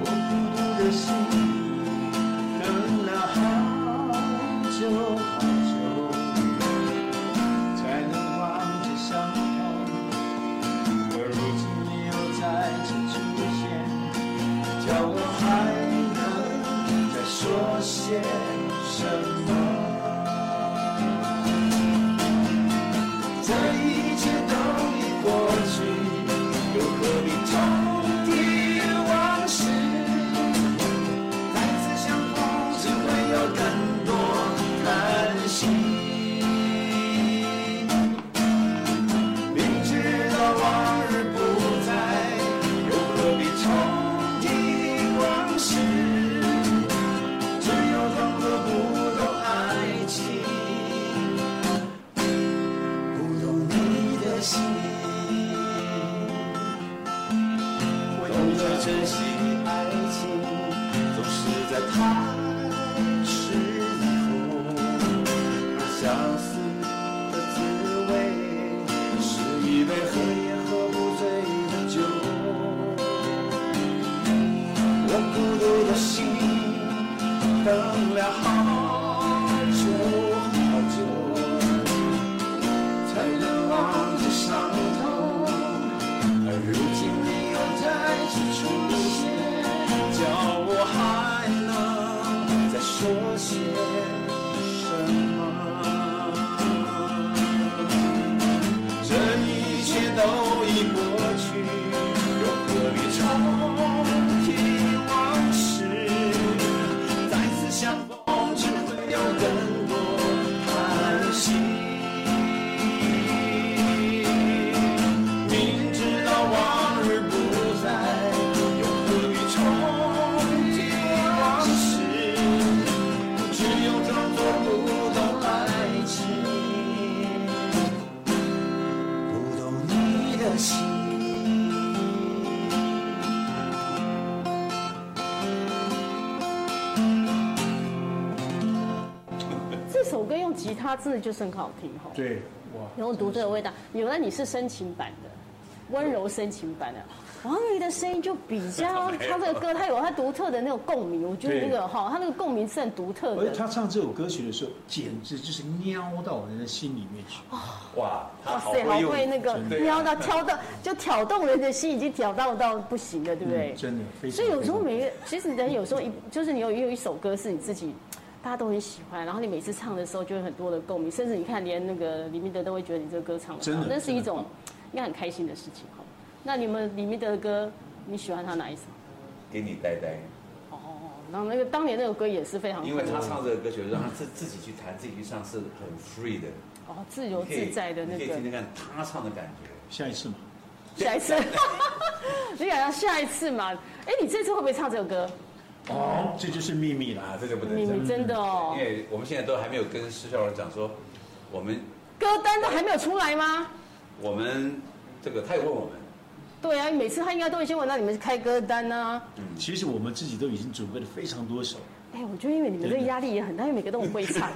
[SPEAKER 5] 我孤独的心，等了好久好久，才能忘记伤痛。而如今你又再次出现，叫我还能再说些什么？这一切都已过去，又何必重提往事？再次相逢，只会有更多叹息。明知道往日不再，又何必重提往事？只有装作不懂爱情，不懂你的心，懂得珍惜爱情，总是在太迟以后。而相思的滋味，是一杯喝也喝不醉的酒。我孤独的心等了好久好久，才能忘记伤痛，而如
[SPEAKER 4] 嗯
[SPEAKER 5] 今你又再次出现，叫我还能再说些什么？这一切都已过去，又何必重提往事？再次相逢，只会有更多叹息。明知道往日不再，又何必重提往事？只有装作不懂爱情。不懂你的心。
[SPEAKER 3] 这首歌用吉他真的就是很好听哈、
[SPEAKER 2] 对，哇，
[SPEAKER 3] 有独特的味道。原来你是深情版的，温柔深情版的。
[SPEAKER 4] 嗯
[SPEAKER 3] 王宇的声音就比 较，他这个歌他有他独特的那种共鸣，我觉得那个哈，他那个共鸣是很独特
[SPEAKER 2] 而且
[SPEAKER 3] 的。
[SPEAKER 2] 他唱这首歌曲的时候，简直就是撩到人的心里面去。
[SPEAKER 3] 哦
[SPEAKER 4] 哇，他
[SPEAKER 3] 哇
[SPEAKER 4] 好
[SPEAKER 3] 塞，好
[SPEAKER 4] 会用
[SPEAKER 3] 会那个
[SPEAKER 4] 对
[SPEAKER 3] 撩到挑到，就挑动人的心，已经挑到到不行了，对不对？
[SPEAKER 2] 嗯真的非常
[SPEAKER 3] 所以有时候每个，其实人有时候一就是你有有一首歌是你自己。大家都很喜欢，然后你每次唱的时候就有很多的共鸣，甚至你看连那个李明德都会觉得你这个歌唱得
[SPEAKER 2] 真
[SPEAKER 3] 好
[SPEAKER 2] 的，
[SPEAKER 3] 那是一种应该很开心的事情哈。那你们李明德的歌，你喜欢他哪一首？
[SPEAKER 6] 给你呆呆，
[SPEAKER 3] 哦，然后那个当年那首歌也是非常
[SPEAKER 6] 因为他唱这个歌曲，让他自自己去弹，自己去唱是很 free 的，
[SPEAKER 3] 哦自由自在的那
[SPEAKER 6] 你可以
[SPEAKER 3] 个
[SPEAKER 6] 听听看他唱的感觉。
[SPEAKER 2] 下一次嘛，
[SPEAKER 3] 下一次， 你想要下一次嘛？哎，你这次会不会唱这首歌？
[SPEAKER 2] 哦，这就是秘密啦。
[SPEAKER 6] 啊，这个不能
[SPEAKER 3] 你
[SPEAKER 6] 讲，
[SPEAKER 3] 们真的哦
[SPEAKER 6] 因，为我们现在都还没有跟施孝荣讲说，我们
[SPEAKER 3] 歌单都还没有出来吗？
[SPEAKER 6] 我们这个他也问我们，
[SPEAKER 3] 对啊，每次他应该都已经闻到你们开歌单啊。
[SPEAKER 2] 其实我们自己都已经准备了非常多首，
[SPEAKER 3] 哎，我觉得因为你们这个压力也很大，因为每个都很 会唱，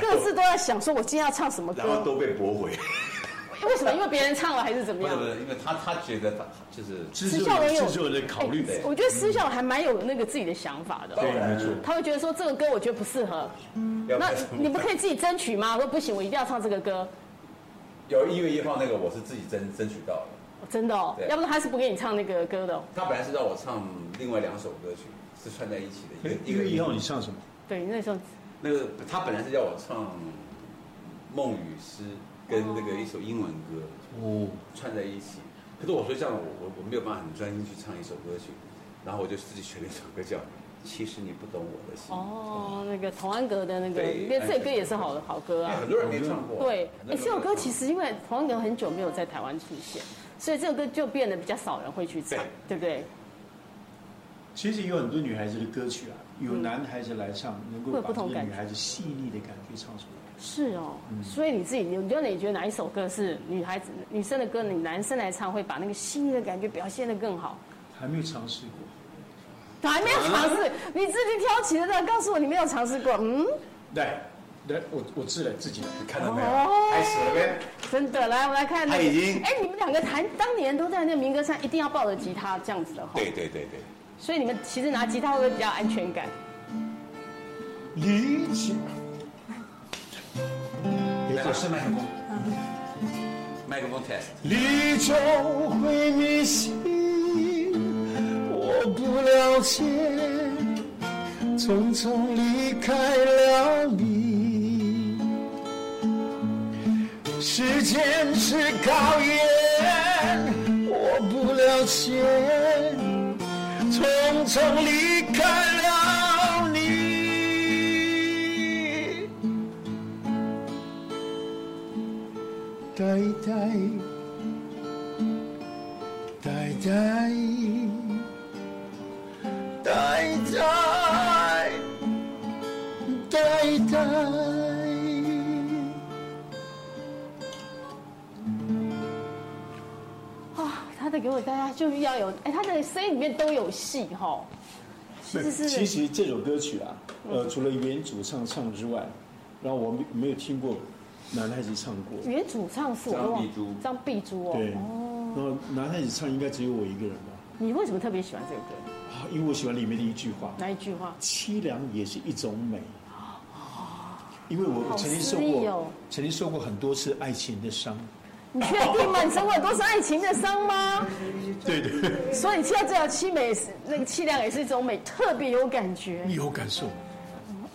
[SPEAKER 3] 各自都在想说我今天要唱什么
[SPEAKER 6] 然后
[SPEAKER 3] 歌，
[SPEAKER 6] 都被驳回，
[SPEAKER 3] 为什么？因为别人唱了还是怎么
[SPEAKER 6] 不是
[SPEAKER 3] 样
[SPEAKER 6] 不？是，因为他他觉得他就是
[SPEAKER 2] 制
[SPEAKER 3] 施
[SPEAKER 2] 作
[SPEAKER 3] 孝荣有哎
[SPEAKER 2] 制作的考虑。
[SPEAKER 3] 我觉得私校还蛮有那个自己的想法的
[SPEAKER 6] 当
[SPEAKER 3] 哦，
[SPEAKER 6] 然
[SPEAKER 2] 没错
[SPEAKER 3] 他会觉得说这个歌我觉得不适 合，
[SPEAKER 6] 要
[SPEAKER 3] 那
[SPEAKER 6] 看什么
[SPEAKER 3] 你不可以自己争取吗？我说不行，我一定要唱这个歌，
[SPEAKER 6] 有一月一号那个我是自己争争取到的，
[SPEAKER 3] 真的哦，
[SPEAKER 6] 对
[SPEAKER 3] 要不然他是不给你唱那个歌的哦。
[SPEAKER 6] 他本来是让我唱另外两首歌曲是串在一起的，
[SPEAKER 2] 哎
[SPEAKER 6] 一
[SPEAKER 2] 一
[SPEAKER 6] 个
[SPEAKER 2] 月
[SPEAKER 6] 一个
[SPEAKER 2] 一号你唱什么？
[SPEAKER 3] 对，那时候
[SPEAKER 6] 那个他本来是要我唱《梦与诗》跟那个一首英文歌
[SPEAKER 2] 哦，
[SPEAKER 6] 串在一起，可是我说这样我我我没有办法很专心去唱一首歌曲，然后我就自己选了一首歌叫《其实你不懂我的心》。
[SPEAKER 3] 哦，那个童安格的那个，
[SPEAKER 6] 对
[SPEAKER 3] 那这首歌也是好的好歌
[SPEAKER 6] 因为
[SPEAKER 3] 啊。
[SPEAKER 6] 很多人没唱过。
[SPEAKER 3] 对，哎、
[SPEAKER 6] 很多人没
[SPEAKER 3] 这
[SPEAKER 6] 唱过
[SPEAKER 3] 首歌其实因为童安格很久没有在台湾出现，所以这首歌就变得比较少人会去唱，对不对？
[SPEAKER 2] 其实有很多女孩子的歌曲啊，有男孩子来唱，能
[SPEAKER 3] 嗯会
[SPEAKER 2] 够
[SPEAKER 3] 有不
[SPEAKER 2] 把
[SPEAKER 3] 同
[SPEAKER 2] 这个
[SPEAKER 3] 感觉
[SPEAKER 2] 女孩子细腻的感觉唱出来。
[SPEAKER 3] 是哦，
[SPEAKER 6] 嗯
[SPEAKER 3] 所以你自己，你你觉得你觉得哪一首歌是女孩子、女生的歌，你男生来唱会把那个细腻的感觉表现得更好？
[SPEAKER 2] 还没有尝试过。
[SPEAKER 3] 还没有尝试，你自己挑起的那，告诉我你没有尝试过，嗯，
[SPEAKER 2] 来，来，我我自来自己来。
[SPEAKER 6] 你看到没有？
[SPEAKER 3] 哦，
[SPEAKER 6] 开始了呗。
[SPEAKER 3] 真的，来我们来看、那个，
[SPEAKER 6] 他已经
[SPEAKER 3] 哎，你们两个弹当年都在那个民歌上，一定要抱着吉他这样子的哈，
[SPEAKER 6] 对对对对，
[SPEAKER 3] 所以你们其实拿吉他会不会比较安全感？
[SPEAKER 2] 理解。
[SPEAKER 6] 来老师麦克风，麦克风 test。
[SPEAKER 5] 离愁会迷心，我不了解，匆匆离开了你。时间是考验，我不了解，匆匆离开了你。呆呆，呆呆，呆呆，呆呆。
[SPEAKER 3] 啊，他的给我大家就要有，哎，他的声音里面都有戏哈，其实是嗯
[SPEAKER 2] 其实这首歌曲啊，呃，除了原主唱唱之外，然后我没没有听过男孩子唱过。
[SPEAKER 3] 原主唱是我忘
[SPEAKER 6] 张碧珠
[SPEAKER 3] 张碧珠哦，
[SPEAKER 2] 对，
[SPEAKER 3] 哦
[SPEAKER 2] 然后男孩子唱应该只有我一个人吧。
[SPEAKER 3] 你为什么特别喜欢这个歌？
[SPEAKER 2] 啊，因为我喜欢里面的一句话
[SPEAKER 3] 哪一句话：“？
[SPEAKER 2] 凄凉也是一种美。”因为我
[SPEAKER 3] 好
[SPEAKER 2] 曾经
[SPEAKER 3] 诗
[SPEAKER 2] 受
[SPEAKER 3] 意
[SPEAKER 2] 过
[SPEAKER 3] 哦，
[SPEAKER 2] 曾经受过很多次爱情的伤。
[SPEAKER 3] 你确定吗？你生活都是爱情的伤吗？
[SPEAKER 2] 对 对，
[SPEAKER 3] 所以你现在这条凄美是，那个凄凉也是一种美，特别有感觉。
[SPEAKER 2] 你有感受？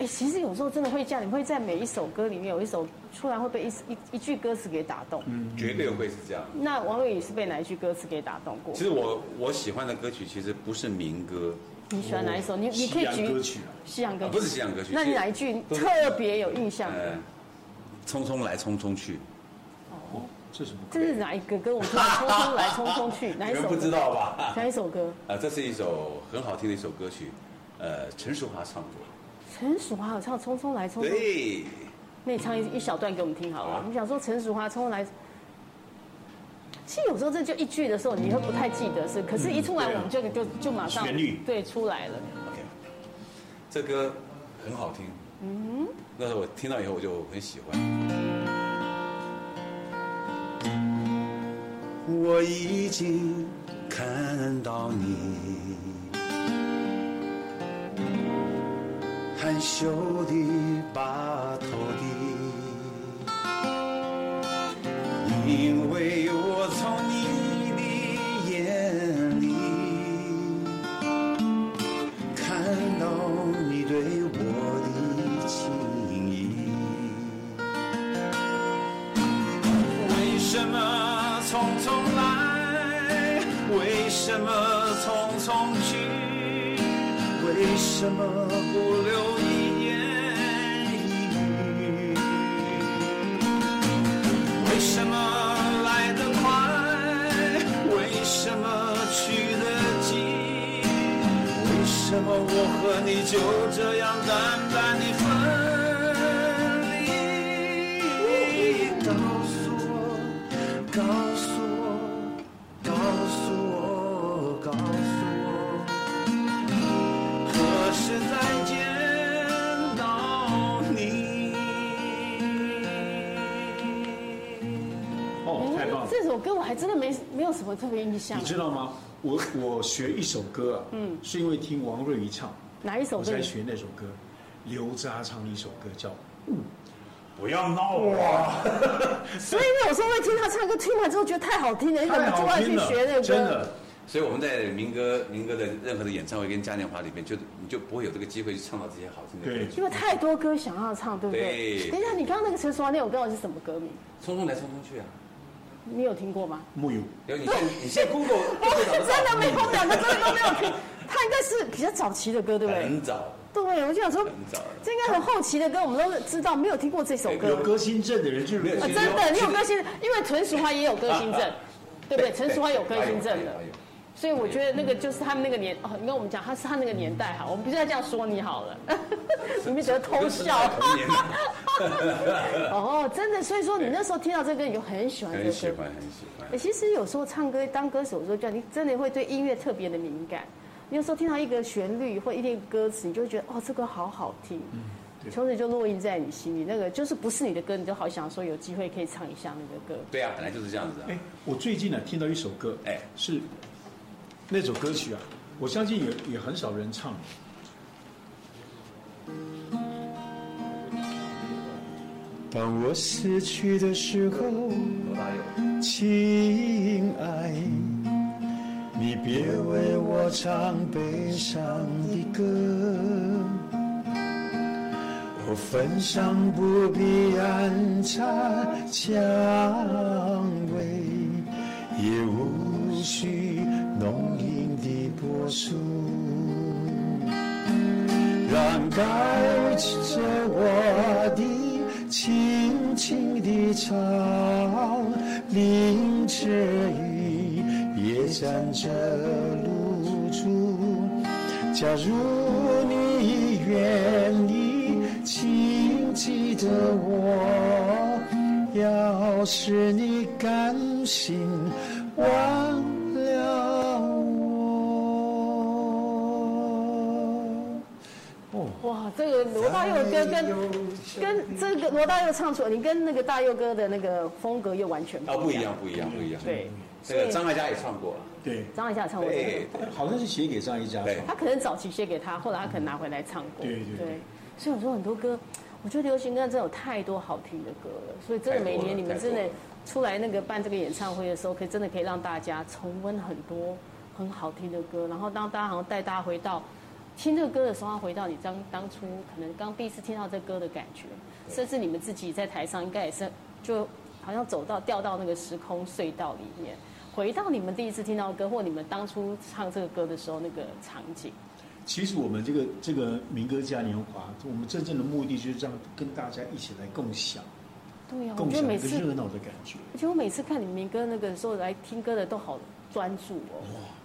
[SPEAKER 3] 哎、其实有时候真的会这样，你会在每一首歌里面有一首突然会被一一一句歌词给打动。
[SPEAKER 4] 嗯
[SPEAKER 6] 绝对会是这样。
[SPEAKER 3] 那王伟宇是被哪一句歌词给打动过
[SPEAKER 6] 其？实我我喜欢的歌曲其实不是民歌，
[SPEAKER 3] 你喜欢哪一首？你你
[SPEAKER 2] 西
[SPEAKER 3] 可以
[SPEAKER 2] 洋歌
[SPEAKER 3] 举
[SPEAKER 2] 曲啊，
[SPEAKER 3] 西洋歌
[SPEAKER 6] 啊
[SPEAKER 3] 曲，
[SPEAKER 6] 不是西洋歌曲
[SPEAKER 3] 那你
[SPEAKER 6] 是
[SPEAKER 3] 哪一句
[SPEAKER 6] 都是
[SPEAKER 3] 特别有印象？
[SPEAKER 6] 呃，匆匆来匆匆去，
[SPEAKER 2] 哦这是什么？
[SPEAKER 3] 这是哪一个歌？我们听匆匆来匆匆去，哪
[SPEAKER 6] 哎你
[SPEAKER 3] 一
[SPEAKER 6] 们
[SPEAKER 3] 首？
[SPEAKER 6] 不知道吧？
[SPEAKER 3] 哪一首歌？
[SPEAKER 6] 啊，这是一首很好听的一首歌曲，呃，陈淑桦唱过。
[SPEAKER 3] 陈淑桦有唱《匆匆来匆匆》，
[SPEAKER 6] 对，
[SPEAKER 3] 那你唱一一小段给我们听好了。
[SPEAKER 6] 好啊
[SPEAKER 3] 我们想说陈淑桦《匆匆来》，其实有时候这就一句的时候，你会不太记得是，可是一出来我们就
[SPEAKER 6] 嗯啊
[SPEAKER 3] 就就马上
[SPEAKER 2] 旋律
[SPEAKER 3] 对出来了。
[SPEAKER 6] OK，这歌很好听。嗯，那时候我听到以后我就很喜欢。我已经看到你含羞地把头低，因为我从你的眼里。看到你对我的情意。为什么匆匆来？为什么匆匆去？为什么不留一言一语？为什么来得快？为什么去得急？为什么我和你就这样淡淡的分离？告诉我，告诉我，告诉我，告诉我，何时再见到你？
[SPEAKER 2] 哦，太棒了！
[SPEAKER 3] 这首歌我还真的没没有什么特别印象
[SPEAKER 2] 你。知道吗？我我学一首歌啊，嗯，是因为听王瑞瑜唱，
[SPEAKER 3] 哪一首
[SPEAKER 2] 我
[SPEAKER 3] 歌
[SPEAKER 2] 才？学那首歌。刘渣唱的一首歌叫《
[SPEAKER 5] 不要闹我，
[SPEAKER 3] 所以那有时候会听他唱歌，听完之后觉得太好听了，你怎么
[SPEAKER 2] 太好
[SPEAKER 3] 就要
[SPEAKER 2] 听
[SPEAKER 3] 去
[SPEAKER 2] 了
[SPEAKER 3] 学那》，
[SPEAKER 2] 真
[SPEAKER 3] 个歌？
[SPEAKER 2] 的。
[SPEAKER 6] 所以我们在民歌民歌的任何的演唱会跟嘉年华里面，就你就不会有这个机会去唱到这些好听的歌
[SPEAKER 2] 对
[SPEAKER 6] 曲。
[SPEAKER 3] 因为太多歌想要唱，对不对？
[SPEAKER 6] 对
[SPEAKER 3] 等一下，你刚刚那个陈淑桦那首歌是什么歌名？
[SPEAKER 6] 匆匆来匆匆去啊！
[SPEAKER 3] 你有听过吗？
[SPEAKER 2] 木有，
[SPEAKER 6] 有你现你现在 Google
[SPEAKER 3] 我
[SPEAKER 6] Google
[SPEAKER 3] 真
[SPEAKER 6] 找
[SPEAKER 3] 的没有，我们两个真的都没有听。他应该是比较早期的歌，对
[SPEAKER 6] 不
[SPEAKER 3] 不
[SPEAKER 6] 到，
[SPEAKER 3] 对
[SPEAKER 6] 很？早，
[SPEAKER 3] 对，我就想说
[SPEAKER 6] 很早了，
[SPEAKER 3] 这应该很后期的歌，我们都知道，没有听过这首
[SPEAKER 2] 有
[SPEAKER 3] 歌。
[SPEAKER 2] 歌星症的人就是
[SPEAKER 6] 没有
[SPEAKER 3] 啊，
[SPEAKER 6] 其实
[SPEAKER 3] 真的，你有
[SPEAKER 6] 其实
[SPEAKER 3] 歌星，因为陈淑桦也有歌星症，对不对？陈淑桦有歌星症的
[SPEAKER 6] 哎呦哎呦哎呦，
[SPEAKER 3] 所以我觉得那个就是他们那个年，哦，你跟我们讲，他是他那个年代哈，我们不是要这样说你好了，你们只会偷笑。
[SPEAKER 6] 童年啊
[SPEAKER 3] 哦，真的，所以说你那时候听到这个，你就很喜欢这
[SPEAKER 6] 很喜
[SPEAKER 3] 个歌
[SPEAKER 6] 欢。很喜欢
[SPEAKER 3] 欸，。其实有时候唱歌当歌手的时候，就你真的会对音乐特别的敏感。你有时候听到一个旋律或一定歌词，你就会觉得哦，这歌好好听，
[SPEAKER 4] 嗯
[SPEAKER 3] 从此就落印在你心里。那个就是不是你的歌，你就好想说有机会可以唱一下那个歌。
[SPEAKER 6] 对啊，本来就是这样子啊
[SPEAKER 2] 哎。，我最近呢、听到一首歌，哎
[SPEAKER 6] 哎，
[SPEAKER 2] 是那首歌曲啊，我相信也也很少人唱。
[SPEAKER 5] 当我失去的时候，
[SPEAKER 6] 罗大佑，
[SPEAKER 3] 嗯
[SPEAKER 5] 亲爱，你别为我唱悲伤的歌，我坟上不必安插蔷薇，也无需浓荫的柏树，让盖着我的轻轻的草，淋着雨，也沾着露珠。假如你愿意，请记得我。要是你甘心忘了我。
[SPEAKER 4] 哦
[SPEAKER 3] 哇，这个罗大佑的歌跟跟这个罗大佑唱出来，你跟那个大佑哥的那个风格又完全不一
[SPEAKER 6] 啊，
[SPEAKER 3] 样。
[SPEAKER 4] 哦
[SPEAKER 6] 不一样，不一样，不一样。
[SPEAKER 3] 对，
[SPEAKER 4] 嗯这个张艾嘉也唱过，啊
[SPEAKER 2] 对，
[SPEAKER 3] 张艾嘉唱过这
[SPEAKER 4] 对
[SPEAKER 3] 个，，
[SPEAKER 2] 好像是写给张一家
[SPEAKER 4] 对
[SPEAKER 2] 唱。
[SPEAKER 3] 他可能早期写给他，后来他可能拿回来唱过。
[SPEAKER 2] 对对对
[SPEAKER 3] 所以我说很多歌，我觉得流行歌真的有太多好听的歌了，所以真的每年你们真的
[SPEAKER 4] 太多了
[SPEAKER 3] 出来那个办这个演唱会的时候，可以真的可以让大家重温很多很好听的歌，然后让大家好像带大家回到听这个歌的时候，要回到你当当初可能刚第一次听到这歌的感觉，甚至你们自己在台上应该也是就好像走到掉到那个时空隧道里面。回到你们第一次听到的歌，或你们当初唱这个歌的时候那个场景，
[SPEAKER 2] 其实我们这个这个民歌嘉年华，我们真正的目的就是让跟大家一起来共享，
[SPEAKER 3] 对呀、我
[SPEAKER 2] 共
[SPEAKER 3] 觉得
[SPEAKER 2] 享
[SPEAKER 3] 每
[SPEAKER 2] 一个
[SPEAKER 3] 次
[SPEAKER 2] 热闹的感觉。
[SPEAKER 3] 而且我每次看你们民歌那个时候来听歌的都好专注哦，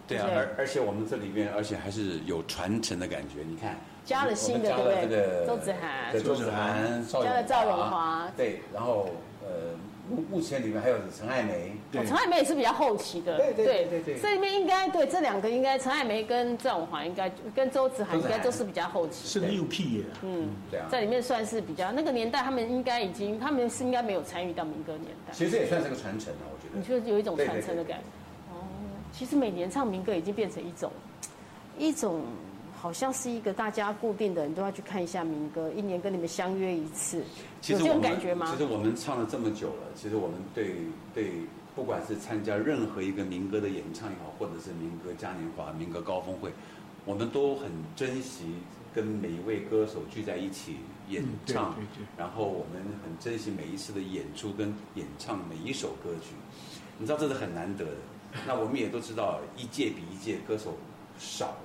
[SPEAKER 4] 对啊
[SPEAKER 3] 对，
[SPEAKER 4] 而而且我们这里面，而且还是有传承的感觉。你看，
[SPEAKER 3] 加了新的
[SPEAKER 4] 我们加了
[SPEAKER 3] 对不对
[SPEAKER 4] 这个
[SPEAKER 3] 周子涵
[SPEAKER 4] 对周子涵，赵
[SPEAKER 3] 加了赵咏华
[SPEAKER 4] 对，然后呃，目目前里面还有陈爱梅，
[SPEAKER 2] 对
[SPEAKER 3] 哦陈爱梅也是比较后期的，
[SPEAKER 4] 对对对对对
[SPEAKER 3] 这里面应该对这两个应该陈爱梅跟赵咏华应该跟周子涵
[SPEAKER 4] 周子
[SPEAKER 3] 应
[SPEAKER 4] 涵
[SPEAKER 3] 该都是比较后期，
[SPEAKER 2] 是六 P 耶，
[SPEAKER 3] 嗯，
[SPEAKER 4] 对啊，
[SPEAKER 3] 在里面算是比较那个年代，他们应该已经他们是应该没有参与到民歌年代，
[SPEAKER 4] 其实也算是个传承啊，我觉
[SPEAKER 3] 你
[SPEAKER 4] 得。
[SPEAKER 3] 就有一种
[SPEAKER 4] 对
[SPEAKER 3] 传承的感觉。哦，其实每年唱民歌已经变成一种，一种好像是一个大家固定的，你都要去看一下民歌，一年跟你们相约一次，
[SPEAKER 4] 其
[SPEAKER 3] 有
[SPEAKER 4] 实
[SPEAKER 3] 这
[SPEAKER 4] 我
[SPEAKER 3] 种
[SPEAKER 4] 们
[SPEAKER 3] 感觉吗
[SPEAKER 4] 其？实我们唱了这么久了，其实我们对对，不管是参加任何一个民歌的演唱也好，或者是民歌嘉年华、民歌高峰会，我们都很珍惜跟每一位歌手聚在一起演
[SPEAKER 2] 嗯对
[SPEAKER 4] 唱，
[SPEAKER 2] 对对
[SPEAKER 4] 然后我们很珍惜每一次的演出跟演唱每一首歌曲，你知道这是很难得的。那我们也都知道，一届比一届歌手少了，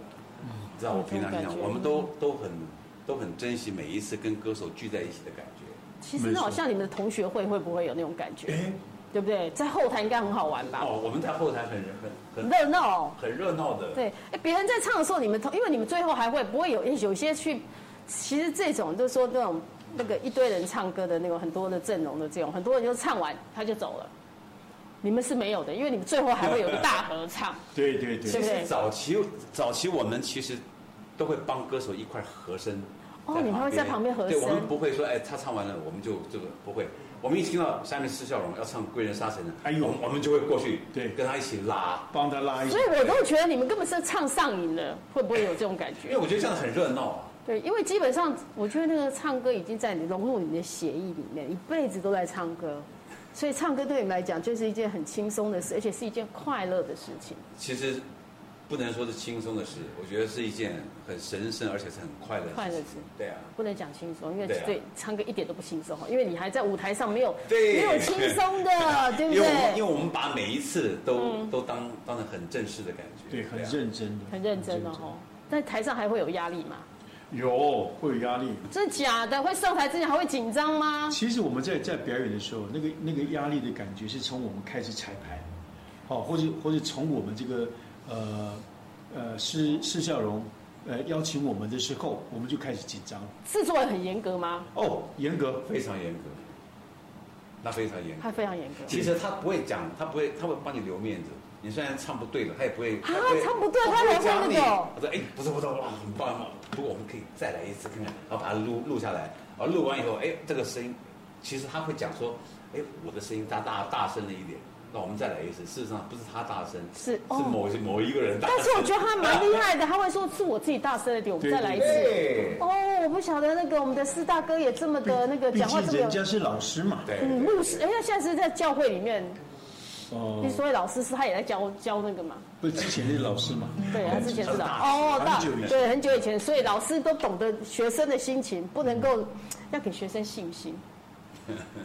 [SPEAKER 2] 嗯
[SPEAKER 4] 你知道我平常
[SPEAKER 3] 有这种感
[SPEAKER 4] 讲，
[SPEAKER 3] 觉嗯
[SPEAKER 4] 我们都都很都很珍惜每一次跟歌手聚在一起的感觉。
[SPEAKER 3] 其实那好像你们的同学会会不会有那种感觉？
[SPEAKER 2] 哎，
[SPEAKER 3] 对不对？在后台应该很好玩吧？
[SPEAKER 4] 哦，我们在后台很很很
[SPEAKER 3] 热闹、
[SPEAKER 4] 很热闹的。
[SPEAKER 3] 对，哎，别人在唱的时候，你们同，因为你们最后还会不会有哎有些去，其实这种就是说那种那个一堆人唱歌的那种很多的阵容的这种，很多人就唱完他就走了，你们是没有的，因为你们最后还会有个大合 唱，
[SPEAKER 2] 对对
[SPEAKER 3] 是
[SPEAKER 2] 对，
[SPEAKER 4] 其
[SPEAKER 3] 不
[SPEAKER 4] 实
[SPEAKER 3] 对
[SPEAKER 4] 早期早期我们其实都会帮歌手一块和声。
[SPEAKER 3] 哦
[SPEAKER 4] 在
[SPEAKER 3] 你们会在旁边和声
[SPEAKER 4] 对，我们不会说，哎，他唱完了，我们就这个不会。我们一听到下面是笑容要唱《贵人杀神》了，
[SPEAKER 2] 哎呦
[SPEAKER 4] 我们我们就会过去，
[SPEAKER 2] 对
[SPEAKER 4] 跟他一起拉。
[SPEAKER 2] 帮他拉一下
[SPEAKER 3] 所以。我都觉得你们根本是唱上瘾了，会不会有这种感觉
[SPEAKER 4] 因为？我觉得这样很热闹啊。
[SPEAKER 3] 对，因为基本上我觉得那个唱歌已经在你融入你的血液里面，一辈子都在唱歌，所以唱歌对你们来讲就是一件很轻松的事，而且是一件快乐的事情。
[SPEAKER 4] 其实不能说是轻松的事，我觉得是一件很神圣而且是很快乐的
[SPEAKER 3] 快乐
[SPEAKER 4] 事
[SPEAKER 3] 事
[SPEAKER 4] 情。对啊。
[SPEAKER 3] 不能讲轻松，因为
[SPEAKER 4] 对啊
[SPEAKER 3] 对唱歌一点都不轻松，哦因为你还在舞台上没有
[SPEAKER 4] 对
[SPEAKER 3] 没有轻松的，对嗯不
[SPEAKER 4] 因为我们因为
[SPEAKER 3] 对？
[SPEAKER 4] 我们把每一次都、都当当成很正式的感觉，
[SPEAKER 2] 对，很
[SPEAKER 4] 啊
[SPEAKER 2] 认真的，
[SPEAKER 3] 很认真哦，吼，在台上还会有压力吗？
[SPEAKER 2] 有会有压力。
[SPEAKER 3] 真的假的？会上台之前还会紧张吗？
[SPEAKER 2] 其实我们在在表演的时候，那个那个压力的感觉是从我们开始彩排，好、或者或者从我们这个呃呃施施笑容呃邀请我们的时候，我们就开始紧张了。
[SPEAKER 3] 制作人很严格吗？
[SPEAKER 2] 哦，严格，
[SPEAKER 4] 非常严格，那非常严格。
[SPEAKER 3] 他非常严格。
[SPEAKER 4] 其实他不会讲，他不会，他会帮你留面子。你虽然唱不对了，他也不会。
[SPEAKER 3] 啊
[SPEAKER 4] 他会
[SPEAKER 3] 唱不对他还会
[SPEAKER 4] 讲你
[SPEAKER 3] 那个
[SPEAKER 4] 我说哎，不错不错，哇，很棒很棒。不过我们可以再来一次看看，然后把它录录下来。然后录完以后，哎，这个声音，其实他会讲说，哎，我的声音大大大声了一点。那我们再来一次。事实上不是他大声，
[SPEAKER 3] 是
[SPEAKER 4] 是
[SPEAKER 3] 哦
[SPEAKER 4] 某一某一个人大声。
[SPEAKER 3] 但是我觉得他蛮厉害的，他会说是我自己大声了点，我们再来一次。
[SPEAKER 4] 对
[SPEAKER 3] 哦，我不晓得那个我们的四大哥也这么 的那个
[SPEAKER 2] 毕
[SPEAKER 3] 讲话这
[SPEAKER 2] 竟
[SPEAKER 3] 么
[SPEAKER 2] 人
[SPEAKER 3] 有
[SPEAKER 2] 家是老师嘛。
[SPEAKER 4] 对
[SPEAKER 3] 嗯，牧师，哎，那现在是在教会里面，
[SPEAKER 2] 哦、
[SPEAKER 3] 你所谓老师是他也在教教那个嘛？
[SPEAKER 2] 不是之前的老师嘛。
[SPEAKER 3] 对，他之前是老
[SPEAKER 4] 大
[SPEAKER 3] 哦，
[SPEAKER 2] 很
[SPEAKER 3] 大
[SPEAKER 2] 久以前
[SPEAKER 3] 对很久以前，所以老师都懂得学生的心情，不能够要给学生信心，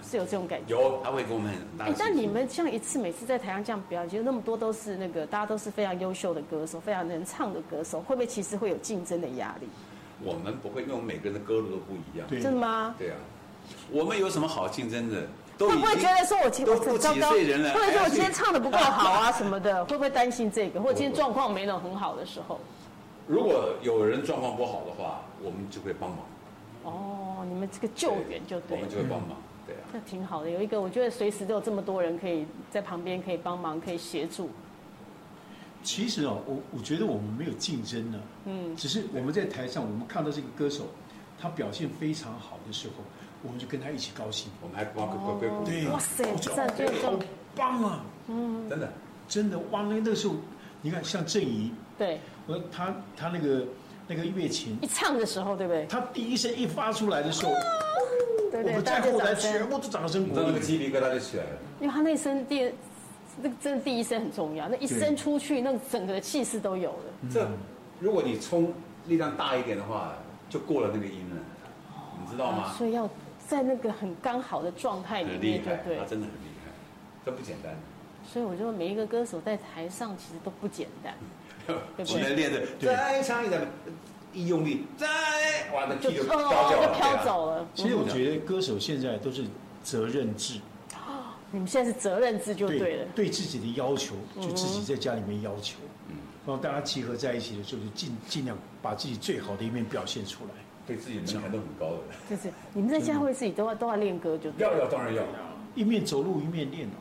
[SPEAKER 3] 是有这种 感觉。
[SPEAKER 4] 有他会给我们很大
[SPEAKER 3] 哎
[SPEAKER 4] 的，信
[SPEAKER 3] 但
[SPEAKER 4] 心。
[SPEAKER 3] 你们像一次每次在台上这样表演，就那么多都是那个大家都是非常优秀的歌手，非常能唱的歌手，会不会其实会有竞争的压力？
[SPEAKER 4] 我们不会，因为我们每个人的歌路都不一样。
[SPEAKER 2] 对
[SPEAKER 3] 真的吗？
[SPEAKER 4] 对啊，我们有什么好竞争的？都
[SPEAKER 3] 会
[SPEAKER 4] 已
[SPEAKER 3] 不会
[SPEAKER 4] 经
[SPEAKER 3] 觉得说我今
[SPEAKER 4] 都
[SPEAKER 3] 我
[SPEAKER 4] 不
[SPEAKER 3] 很
[SPEAKER 4] 几
[SPEAKER 3] 糟糕，或
[SPEAKER 4] 岁人了，
[SPEAKER 3] 者说
[SPEAKER 4] 还
[SPEAKER 3] 我
[SPEAKER 4] 要
[SPEAKER 3] 今天
[SPEAKER 4] 去
[SPEAKER 3] 唱的不够好啊什么的，会不会担心这个？或者今天状况没那种很好的时候？
[SPEAKER 4] 如果有人状况不好的话，我们就会帮忙，
[SPEAKER 3] 哦，你们这个救援就
[SPEAKER 4] 我
[SPEAKER 3] 对了
[SPEAKER 4] 们。就会帮忙，对啊。
[SPEAKER 3] 那挺好的，有一个我觉得随时都有这么多人可以在旁边可以帮忙，可以协助。
[SPEAKER 2] 其实哦，我我觉得我们没有竞争呢，嗯，只是我们在台上，我们看到这个歌手他表现非常好的时候，我们就跟他一起高兴。
[SPEAKER 4] 我们还帮乖乖乖鼓
[SPEAKER 2] 哦对，
[SPEAKER 4] 掌
[SPEAKER 3] 哇塞
[SPEAKER 2] 我觉得
[SPEAKER 3] 赞
[SPEAKER 2] 哦
[SPEAKER 3] 这种
[SPEAKER 2] 好棒啊！
[SPEAKER 4] 真的，
[SPEAKER 2] 真的哇，那那个时候，你看像郑怡，
[SPEAKER 3] 对，
[SPEAKER 2] 我他他那个那个乐琴，
[SPEAKER 3] 一唱的时候，对不对？
[SPEAKER 2] 他第一声一发出来的时候，
[SPEAKER 3] 对
[SPEAKER 2] 我
[SPEAKER 3] 对，
[SPEAKER 2] 们在
[SPEAKER 3] 大家就
[SPEAKER 2] 后台
[SPEAKER 3] 掌
[SPEAKER 2] 全
[SPEAKER 3] 声，
[SPEAKER 2] 部都掌声
[SPEAKER 4] 你
[SPEAKER 2] 鼓
[SPEAKER 4] 知道那个
[SPEAKER 2] 励。
[SPEAKER 4] 鸡皮疙瘩就起来了。
[SPEAKER 3] 因为他那一声第，那个真的第一声很重要，那一声出去，那个整个的气势都有了。
[SPEAKER 4] 这如果你冲力量大一点的话，就过了那个音了，你知道吗？
[SPEAKER 3] 所以要在那个很刚好的状态里
[SPEAKER 4] 很厉
[SPEAKER 3] 面，
[SPEAKER 4] 害啊
[SPEAKER 3] 对，对
[SPEAKER 4] 他？真的很厉害，这不简单。
[SPEAKER 3] 所以我觉得每一个歌手在台上其实都不简单，对不
[SPEAKER 4] 我们
[SPEAKER 3] 对？
[SPEAKER 4] 练的再唱一点，一用力，再哇，那
[SPEAKER 3] 就
[SPEAKER 4] 气就
[SPEAKER 3] 哦
[SPEAKER 4] 飘掉
[SPEAKER 3] 就
[SPEAKER 4] 了，啊
[SPEAKER 3] 飘走了。
[SPEAKER 2] 其实我觉得歌手现在都是责任制，
[SPEAKER 3] 你们现在是责任制就对了，
[SPEAKER 2] 对自己的要求，就自己在家里面要求，嗯，然后大家集合在一起的时候，就尽尽量把自己最好的一面表现出来。
[SPEAKER 4] 对自己门槛都很高的。
[SPEAKER 3] 就是你们在
[SPEAKER 2] 嗯
[SPEAKER 3] 家会自己都要都要练歌就对
[SPEAKER 4] 要
[SPEAKER 3] 了。
[SPEAKER 4] 要当然要，
[SPEAKER 2] 一面走路一面练啊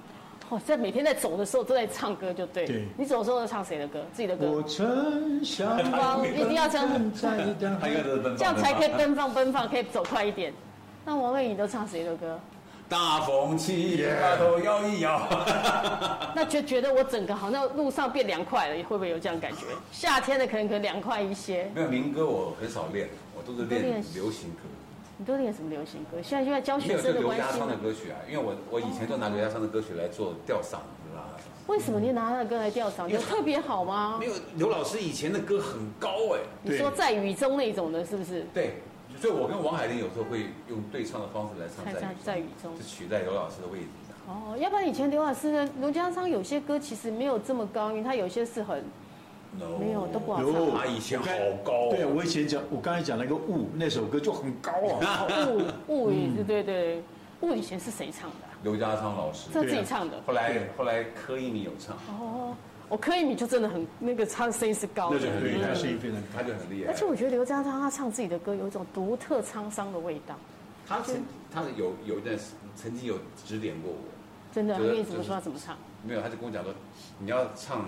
[SPEAKER 3] 哦，在每天在走的时候都在唱歌就对了。
[SPEAKER 2] 对
[SPEAKER 3] 你走的时候都唱谁的歌？自己的
[SPEAKER 2] 我
[SPEAKER 3] 歌。
[SPEAKER 2] 曾想
[SPEAKER 3] 光一定要这样，
[SPEAKER 2] 在大
[SPEAKER 4] 他应该都是 奔放
[SPEAKER 3] 这样才可以奔放奔放，可以走快一点。那王瑞宇都唱谁的歌？
[SPEAKER 4] 大风起，把头摇一摇。
[SPEAKER 3] 那觉觉得我整个好像路上变凉快了，会不会有这样感觉？夏天的可能可能凉快一些。
[SPEAKER 4] 没有民歌我很少练，我都是
[SPEAKER 3] 都
[SPEAKER 4] 练
[SPEAKER 3] 练
[SPEAKER 4] 流行歌，
[SPEAKER 3] 你都练什么流行歌？现在就在教
[SPEAKER 4] 没
[SPEAKER 3] 学
[SPEAKER 4] 有就
[SPEAKER 3] 生的
[SPEAKER 4] 刘
[SPEAKER 3] 关
[SPEAKER 4] 家
[SPEAKER 3] 系
[SPEAKER 4] 昌
[SPEAKER 3] 吗
[SPEAKER 4] 的？歌曲啊，因为我我以前都拿刘家昌的歌曲来做吊嗓子啦。
[SPEAKER 3] 为什么你拿他的歌来吊嗓？有特别好吗
[SPEAKER 4] 没？有刘老师以前的歌很高哎，
[SPEAKER 3] 你说在雨中那种的，是不是？
[SPEAKER 4] 对，所以我跟王海玲有时候会用对唱的方式来唱
[SPEAKER 3] 在在
[SPEAKER 4] 在
[SPEAKER 3] 在
[SPEAKER 4] 雨
[SPEAKER 3] 雨中
[SPEAKER 4] 就取代刘老师的位置。
[SPEAKER 3] 哦，要不然以前刘老师的刘家昌有些歌其实没有这么高音，他有些是很
[SPEAKER 4] No，
[SPEAKER 3] 没有都不好
[SPEAKER 2] 有
[SPEAKER 4] 他以前好高哦
[SPEAKER 2] 对，我以前讲，我刚才讲那个雾那首歌就很高 啊。
[SPEAKER 3] 雾雾语，对对对，雾以前是谁唱的啊、
[SPEAKER 4] 刘家昌老师，
[SPEAKER 3] 这自己唱的。
[SPEAKER 4] 后来后来柯一米有唱，
[SPEAKER 3] 哦，我柯以敏就真的很那个，他的声音是高
[SPEAKER 2] 那
[SPEAKER 3] 的，
[SPEAKER 2] 就很厉害，声音非常
[SPEAKER 4] 他就很厉害。
[SPEAKER 3] 而且我觉得刘家昌他唱自己的歌有一种独特沧桑的味道，
[SPEAKER 4] 他曾他有有一段时曾经有指点过我，
[SPEAKER 3] 真的，他
[SPEAKER 4] 觉得
[SPEAKER 3] 跟你怎么
[SPEAKER 4] 就是
[SPEAKER 3] 说他怎么唱。
[SPEAKER 4] 没有，他就跟我讲说，你要唱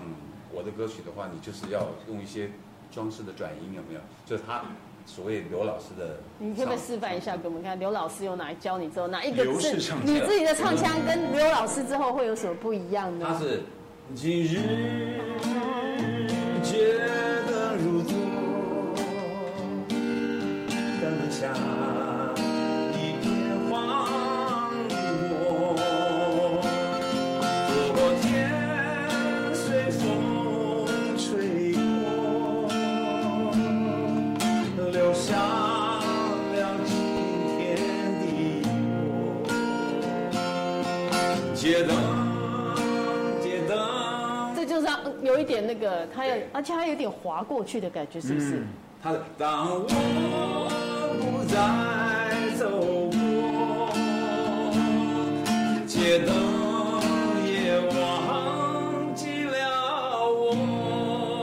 [SPEAKER 4] 我的歌曲的话，你就是要用一些装饰的转音，有没有？就是他所谓刘老师的，
[SPEAKER 3] 你可不可以示范一下给我们看？刘老师有哪教你之后哪一个
[SPEAKER 2] 刘
[SPEAKER 3] 字
[SPEAKER 2] 氏唱腔
[SPEAKER 3] 你自己的唱腔跟刘老师之后会有什么不一样
[SPEAKER 4] 他
[SPEAKER 3] 呢？
[SPEAKER 4] 是今日觉得如昨，
[SPEAKER 5] 灯下一片荒漠，昨天随风吹过，留下了今天的我。街灯，街灯，
[SPEAKER 3] 这就是他嗯有一点那个，他有
[SPEAKER 4] 对，
[SPEAKER 3] 而且他有点滑过去的感觉，是不是？
[SPEAKER 4] 他的
[SPEAKER 5] 当我不再走过，街灯也忘记了我。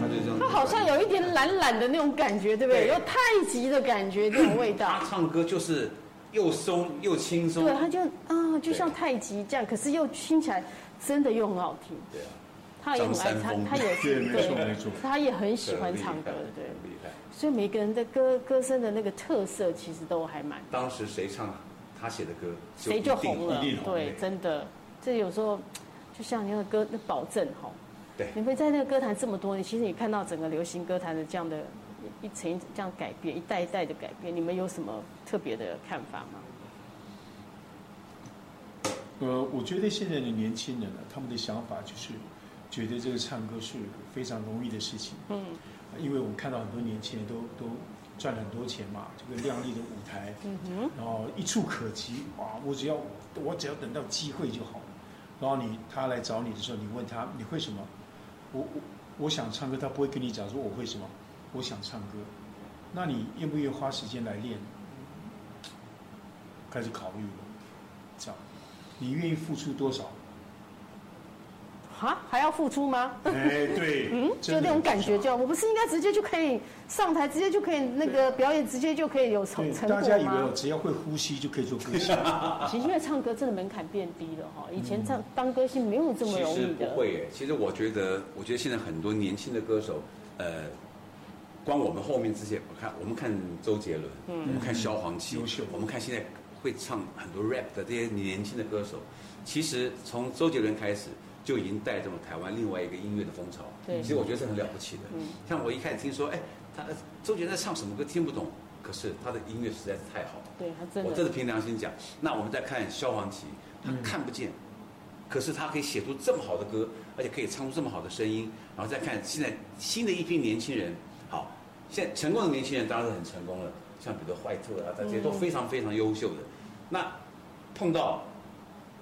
[SPEAKER 4] 他就这样
[SPEAKER 3] 他。好像有一点懒懒的那种感觉，对不对？
[SPEAKER 4] 对
[SPEAKER 3] 有太极的感觉，那种味道
[SPEAKER 4] 他。唱歌就是又松又轻松
[SPEAKER 3] 对，，他就啊，就像太极这样，可是又听起来真的又很好听。
[SPEAKER 4] 对啊，
[SPEAKER 3] 他也很爱
[SPEAKER 4] 张三丰
[SPEAKER 3] 唱，他哎也是
[SPEAKER 2] 对没错没错
[SPEAKER 3] 他也很喜欢唱歌
[SPEAKER 4] 很厉害，
[SPEAKER 3] 对。
[SPEAKER 4] 很厉害。
[SPEAKER 3] 所以每个人的歌歌声的那个特色，其实都还蛮，
[SPEAKER 4] 当时谁唱他写的歌，
[SPEAKER 3] 谁就红了
[SPEAKER 4] 一定，红
[SPEAKER 3] 对，真的。这有时候就像那个歌，那保证哈，
[SPEAKER 4] 对
[SPEAKER 3] 你会在那个歌坛这么多年，其实你看到整个流行歌坛的这样的一层一层这样改变，一代一代的改变，你们有什么特别的看法吗？
[SPEAKER 2] 呃，我觉得现在的年轻人呢、他们的想法就是觉得这个唱歌是非常容易的事情。嗯，因为我们看到很多年轻人都都赚了很多钱嘛，这个亮丽的舞台，嗯哼，然后一触可及，哇，我只要我只要等到机会就好了。然后你他来找你的时候，你问他你会什么？我我我想唱歌，他不会跟你讲说我会什么，我想唱歌。那你愿不愿意花时间来练？开始考虑了，这样。你愿意付出多少？
[SPEAKER 3] 啊，还要付出吗？
[SPEAKER 2] 哎，对，
[SPEAKER 3] 嗯，就
[SPEAKER 2] 真的
[SPEAKER 3] 那种感觉就，我不是应该直接就可以上台，直接就可以那个表演，直接就可以有成
[SPEAKER 2] 对
[SPEAKER 3] 成
[SPEAKER 2] 大家以
[SPEAKER 3] 果
[SPEAKER 2] 为我
[SPEAKER 4] 啊
[SPEAKER 3] 吗？
[SPEAKER 2] 只要会呼吸就可以做 歌手，
[SPEAKER 3] 其实因为唱歌真的门槛变低了哈，以
[SPEAKER 2] 嗯
[SPEAKER 3] 前唱当歌星没有这么
[SPEAKER 4] 其
[SPEAKER 3] 容
[SPEAKER 4] 实
[SPEAKER 3] 易
[SPEAKER 4] 不
[SPEAKER 3] 的。
[SPEAKER 4] 会耶，其实我觉得，我觉得现在很多年轻的歌手，呃，光我们后面这些，我看我们看周杰伦，
[SPEAKER 3] 嗯
[SPEAKER 4] 我们看萧煌奇
[SPEAKER 2] 嗯优秀，
[SPEAKER 4] 我们看现在会唱很多 rap 的这些年轻的歌手，其实从周杰伦开始，就已经带动了台湾另外一个音乐的风潮。
[SPEAKER 3] 对
[SPEAKER 4] 其实我觉得这很了不起的。
[SPEAKER 3] 嗯
[SPEAKER 4] 像我一开始听说，哎，他呃周杰伦在唱什么歌听不懂，可是他的音乐实在是太好了。
[SPEAKER 3] 对他真
[SPEAKER 4] 我这
[SPEAKER 3] 的嗯
[SPEAKER 4] 是凭良心讲。那我们再看萧煌奇，他看不见，可是他可以写出这么好的歌，而且可以唱出这么好的声音。然后再看现在新的一批年轻人，好，现在成功的年轻人当然是很成功了，像比如说坏特啊，这些
[SPEAKER 3] 嗯
[SPEAKER 4] 都非常非常优秀的。那碰到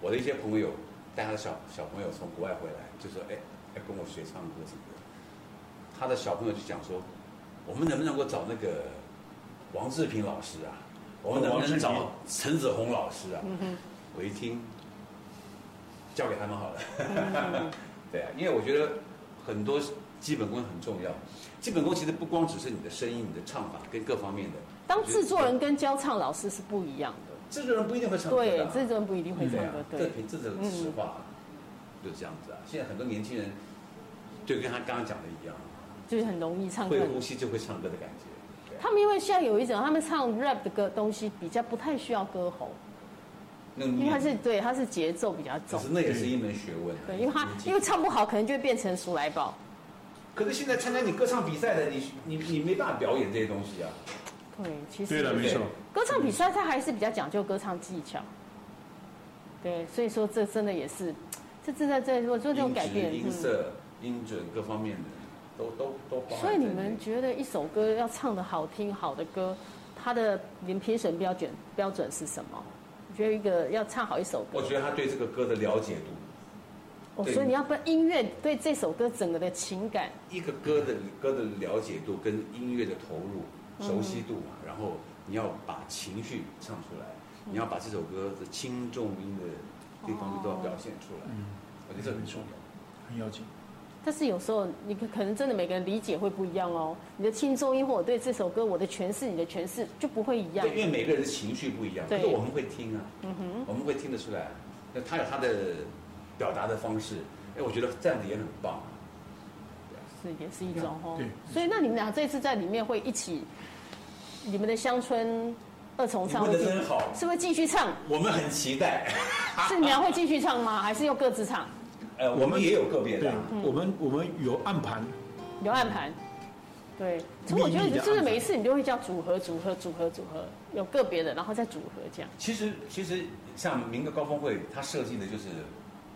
[SPEAKER 4] 我的一些朋友，带他的小小朋友从国外回来，就说：“哎，要跟我学唱歌什么的。”他的小朋友就讲说：“我们能不能够找那个王志平老师啊？我们能不
[SPEAKER 2] 王志
[SPEAKER 4] 能
[SPEAKER 2] 平
[SPEAKER 4] 找陈子红老师
[SPEAKER 3] 嗯
[SPEAKER 4] 啊？”我一听，交给他们好了。
[SPEAKER 3] 嗯
[SPEAKER 4] 对啊，因为我觉得很多基本功很重要。基本功其实不光只是你的声音、你的唱法跟各方面的。
[SPEAKER 3] 当制作人跟教唱老师是不一样的，
[SPEAKER 4] 呃制作人不一定会唱歌
[SPEAKER 3] 对
[SPEAKER 4] 的啊，
[SPEAKER 3] 制作人不一定会唱
[SPEAKER 4] 对啊
[SPEAKER 3] 歌，，
[SPEAKER 4] 这
[SPEAKER 3] 对，嗯
[SPEAKER 4] 凭这是实话，就是这样子啊。现在很多年轻人就跟他刚刚讲的一样，
[SPEAKER 3] 就是很容易唱歌
[SPEAKER 4] 会。呼吸就会唱歌的感觉。对啊
[SPEAKER 3] 啊他们因为现在有一种，他们唱 rap 的歌东西比较不太需要歌喉，
[SPEAKER 4] 那你
[SPEAKER 3] 因为它是对它是节奏比较
[SPEAKER 4] 可
[SPEAKER 3] 重
[SPEAKER 4] 嗯是，那也是一门学问啊。
[SPEAKER 3] 对，因为他因为唱不好，可能就会变成鼠来宝。
[SPEAKER 4] 可是现在参加你歌唱比赛的，你你你没办法表演这些东西啊。
[SPEAKER 3] 对，其实
[SPEAKER 2] 对了，没错，
[SPEAKER 3] 歌唱比赛它还是比较讲究歌唱技巧，对，所以说这真的也是，这正在在做做这种
[SPEAKER 4] 音
[SPEAKER 3] 改变嗯
[SPEAKER 4] 质、。音色、音准各方面的都都都包含在
[SPEAKER 3] 所
[SPEAKER 4] 内。
[SPEAKER 3] 以你们觉得一首歌要唱的好听好的歌，它的连评审标准标准是什么？我觉得一个要唱好一首歌
[SPEAKER 4] 我，觉得他对这个歌的了解度，
[SPEAKER 3] 哦，
[SPEAKER 4] 对
[SPEAKER 3] 所以你要不音乐对这首歌整个的情感，
[SPEAKER 4] 一个歌的歌的了解度跟音乐的投入、熟悉度嘛，然后你要把情绪唱出来，你要把这首歌的轻重音的地方都要表现出来，
[SPEAKER 2] 嗯，
[SPEAKER 4] 我觉得这很重要。
[SPEAKER 2] 很要紧。
[SPEAKER 3] 但是有时候你可可能真的每个人理解会不一样哦。你的轻重音或我对这首歌我的诠释，你的诠释就不会一样
[SPEAKER 4] 对，。因为每个人的情绪不一样，
[SPEAKER 3] 嗯
[SPEAKER 4] 可
[SPEAKER 3] 对
[SPEAKER 4] 是我们会听啊，我们会听得出来，那他有他的表达的方式，哎，我觉得这样子也很棒。啊
[SPEAKER 3] 是也是一种哦
[SPEAKER 2] 对。
[SPEAKER 3] 所以那你们俩这次在里面会一起，你们的乡村二重唱
[SPEAKER 4] 你
[SPEAKER 3] 会
[SPEAKER 4] 问得
[SPEAKER 3] 继
[SPEAKER 4] 真好
[SPEAKER 3] 是会继续唱？
[SPEAKER 4] 我们很期待，
[SPEAKER 3] 是你们俩会继续唱吗？还是又各自唱？
[SPEAKER 4] 呃，我们也有个别的
[SPEAKER 2] 对
[SPEAKER 4] 啊，
[SPEAKER 2] 我们，我们有暗盘，
[SPEAKER 3] 有暗盘。对，所以我觉得
[SPEAKER 2] 秘密
[SPEAKER 3] 你
[SPEAKER 2] 的
[SPEAKER 3] 是不是
[SPEAKER 2] 暗盘
[SPEAKER 3] 每一次你都会叫组合、组合、组合、组合，有个别的，然后再组合这样？
[SPEAKER 4] 其实其实像民歌高峰会，它设计的就是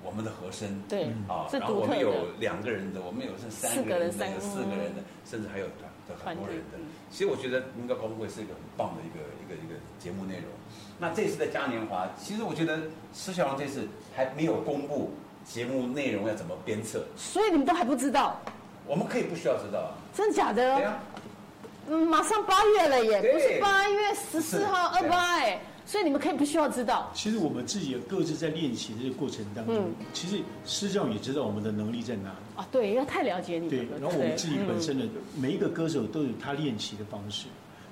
[SPEAKER 4] 我们的和声，
[SPEAKER 3] 对
[SPEAKER 4] 啊，
[SPEAKER 3] 是
[SPEAKER 4] 然后
[SPEAKER 3] 独
[SPEAKER 4] 我们
[SPEAKER 3] 特
[SPEAKER 4] 有
[SPEAKER 3] 的。
[SPEAKER 4] 两个人的，我们有是
[SPEAKER 3] 四
[SPEAKER 4] 三
[SPEAKER 3] 个
[SPEAKER 4] 个人
[SPEAKER 3] 人
[SPEAKER 4] 的，
[SPEAKER 3] 三
[SPEAKER 4] 有四个人的，甚至还有团
[SPEAKER 3] 团
[SPEAKER 4] 很多
[SPEAKER 3] 队
[SPEAKER 4] 人的
[SPEAKER 3] 嗯。
[SPEAKER 4] 其实我觉得民歌高峰会是一个很棒的一个一个一个节目内容。那这次的嘉年华，其实我觉得施小龙这次还没有公布节目内容要怎么鞭策，
[SPEAKER 3] 所以你们都还不知道，
[SPEAKER 4] 我们可以不需要知道啊。
[SPEAKER 3] 真的假
[SPEAKER 4] 对
[SPEAKER 3] 的？
[SPEAKER 4] 啊，
[SPEAKER 3] 嗯，马上八月了耶，
[SPEAKER 4] 对
[SPEAKER 3] 不是八月十四号、
[SPEAKER 4] 是
[SPEAKER 3] 二
[SPEAKER 4] 对
[SPEAKER 3] 八哎，所以你们可以不需要知道。
[SPEAKER 2] 其实我们自己也各自在练习的这个过程当中，
[SPEAKER 3] 嗯
[SPEAKER 2] 其实师教也知道我们的能力在哪里。
[SPEAKER 3] 啊，对，因为太了解你
[SPEAKER 2] 对
[SPEAKER 3] 们，了。
[SPEAKER 2] 然后我们
[SPEAKER 3] 对嗯
[SPEAKER 2] 自己本身的每一个歌手都有他练习的方式，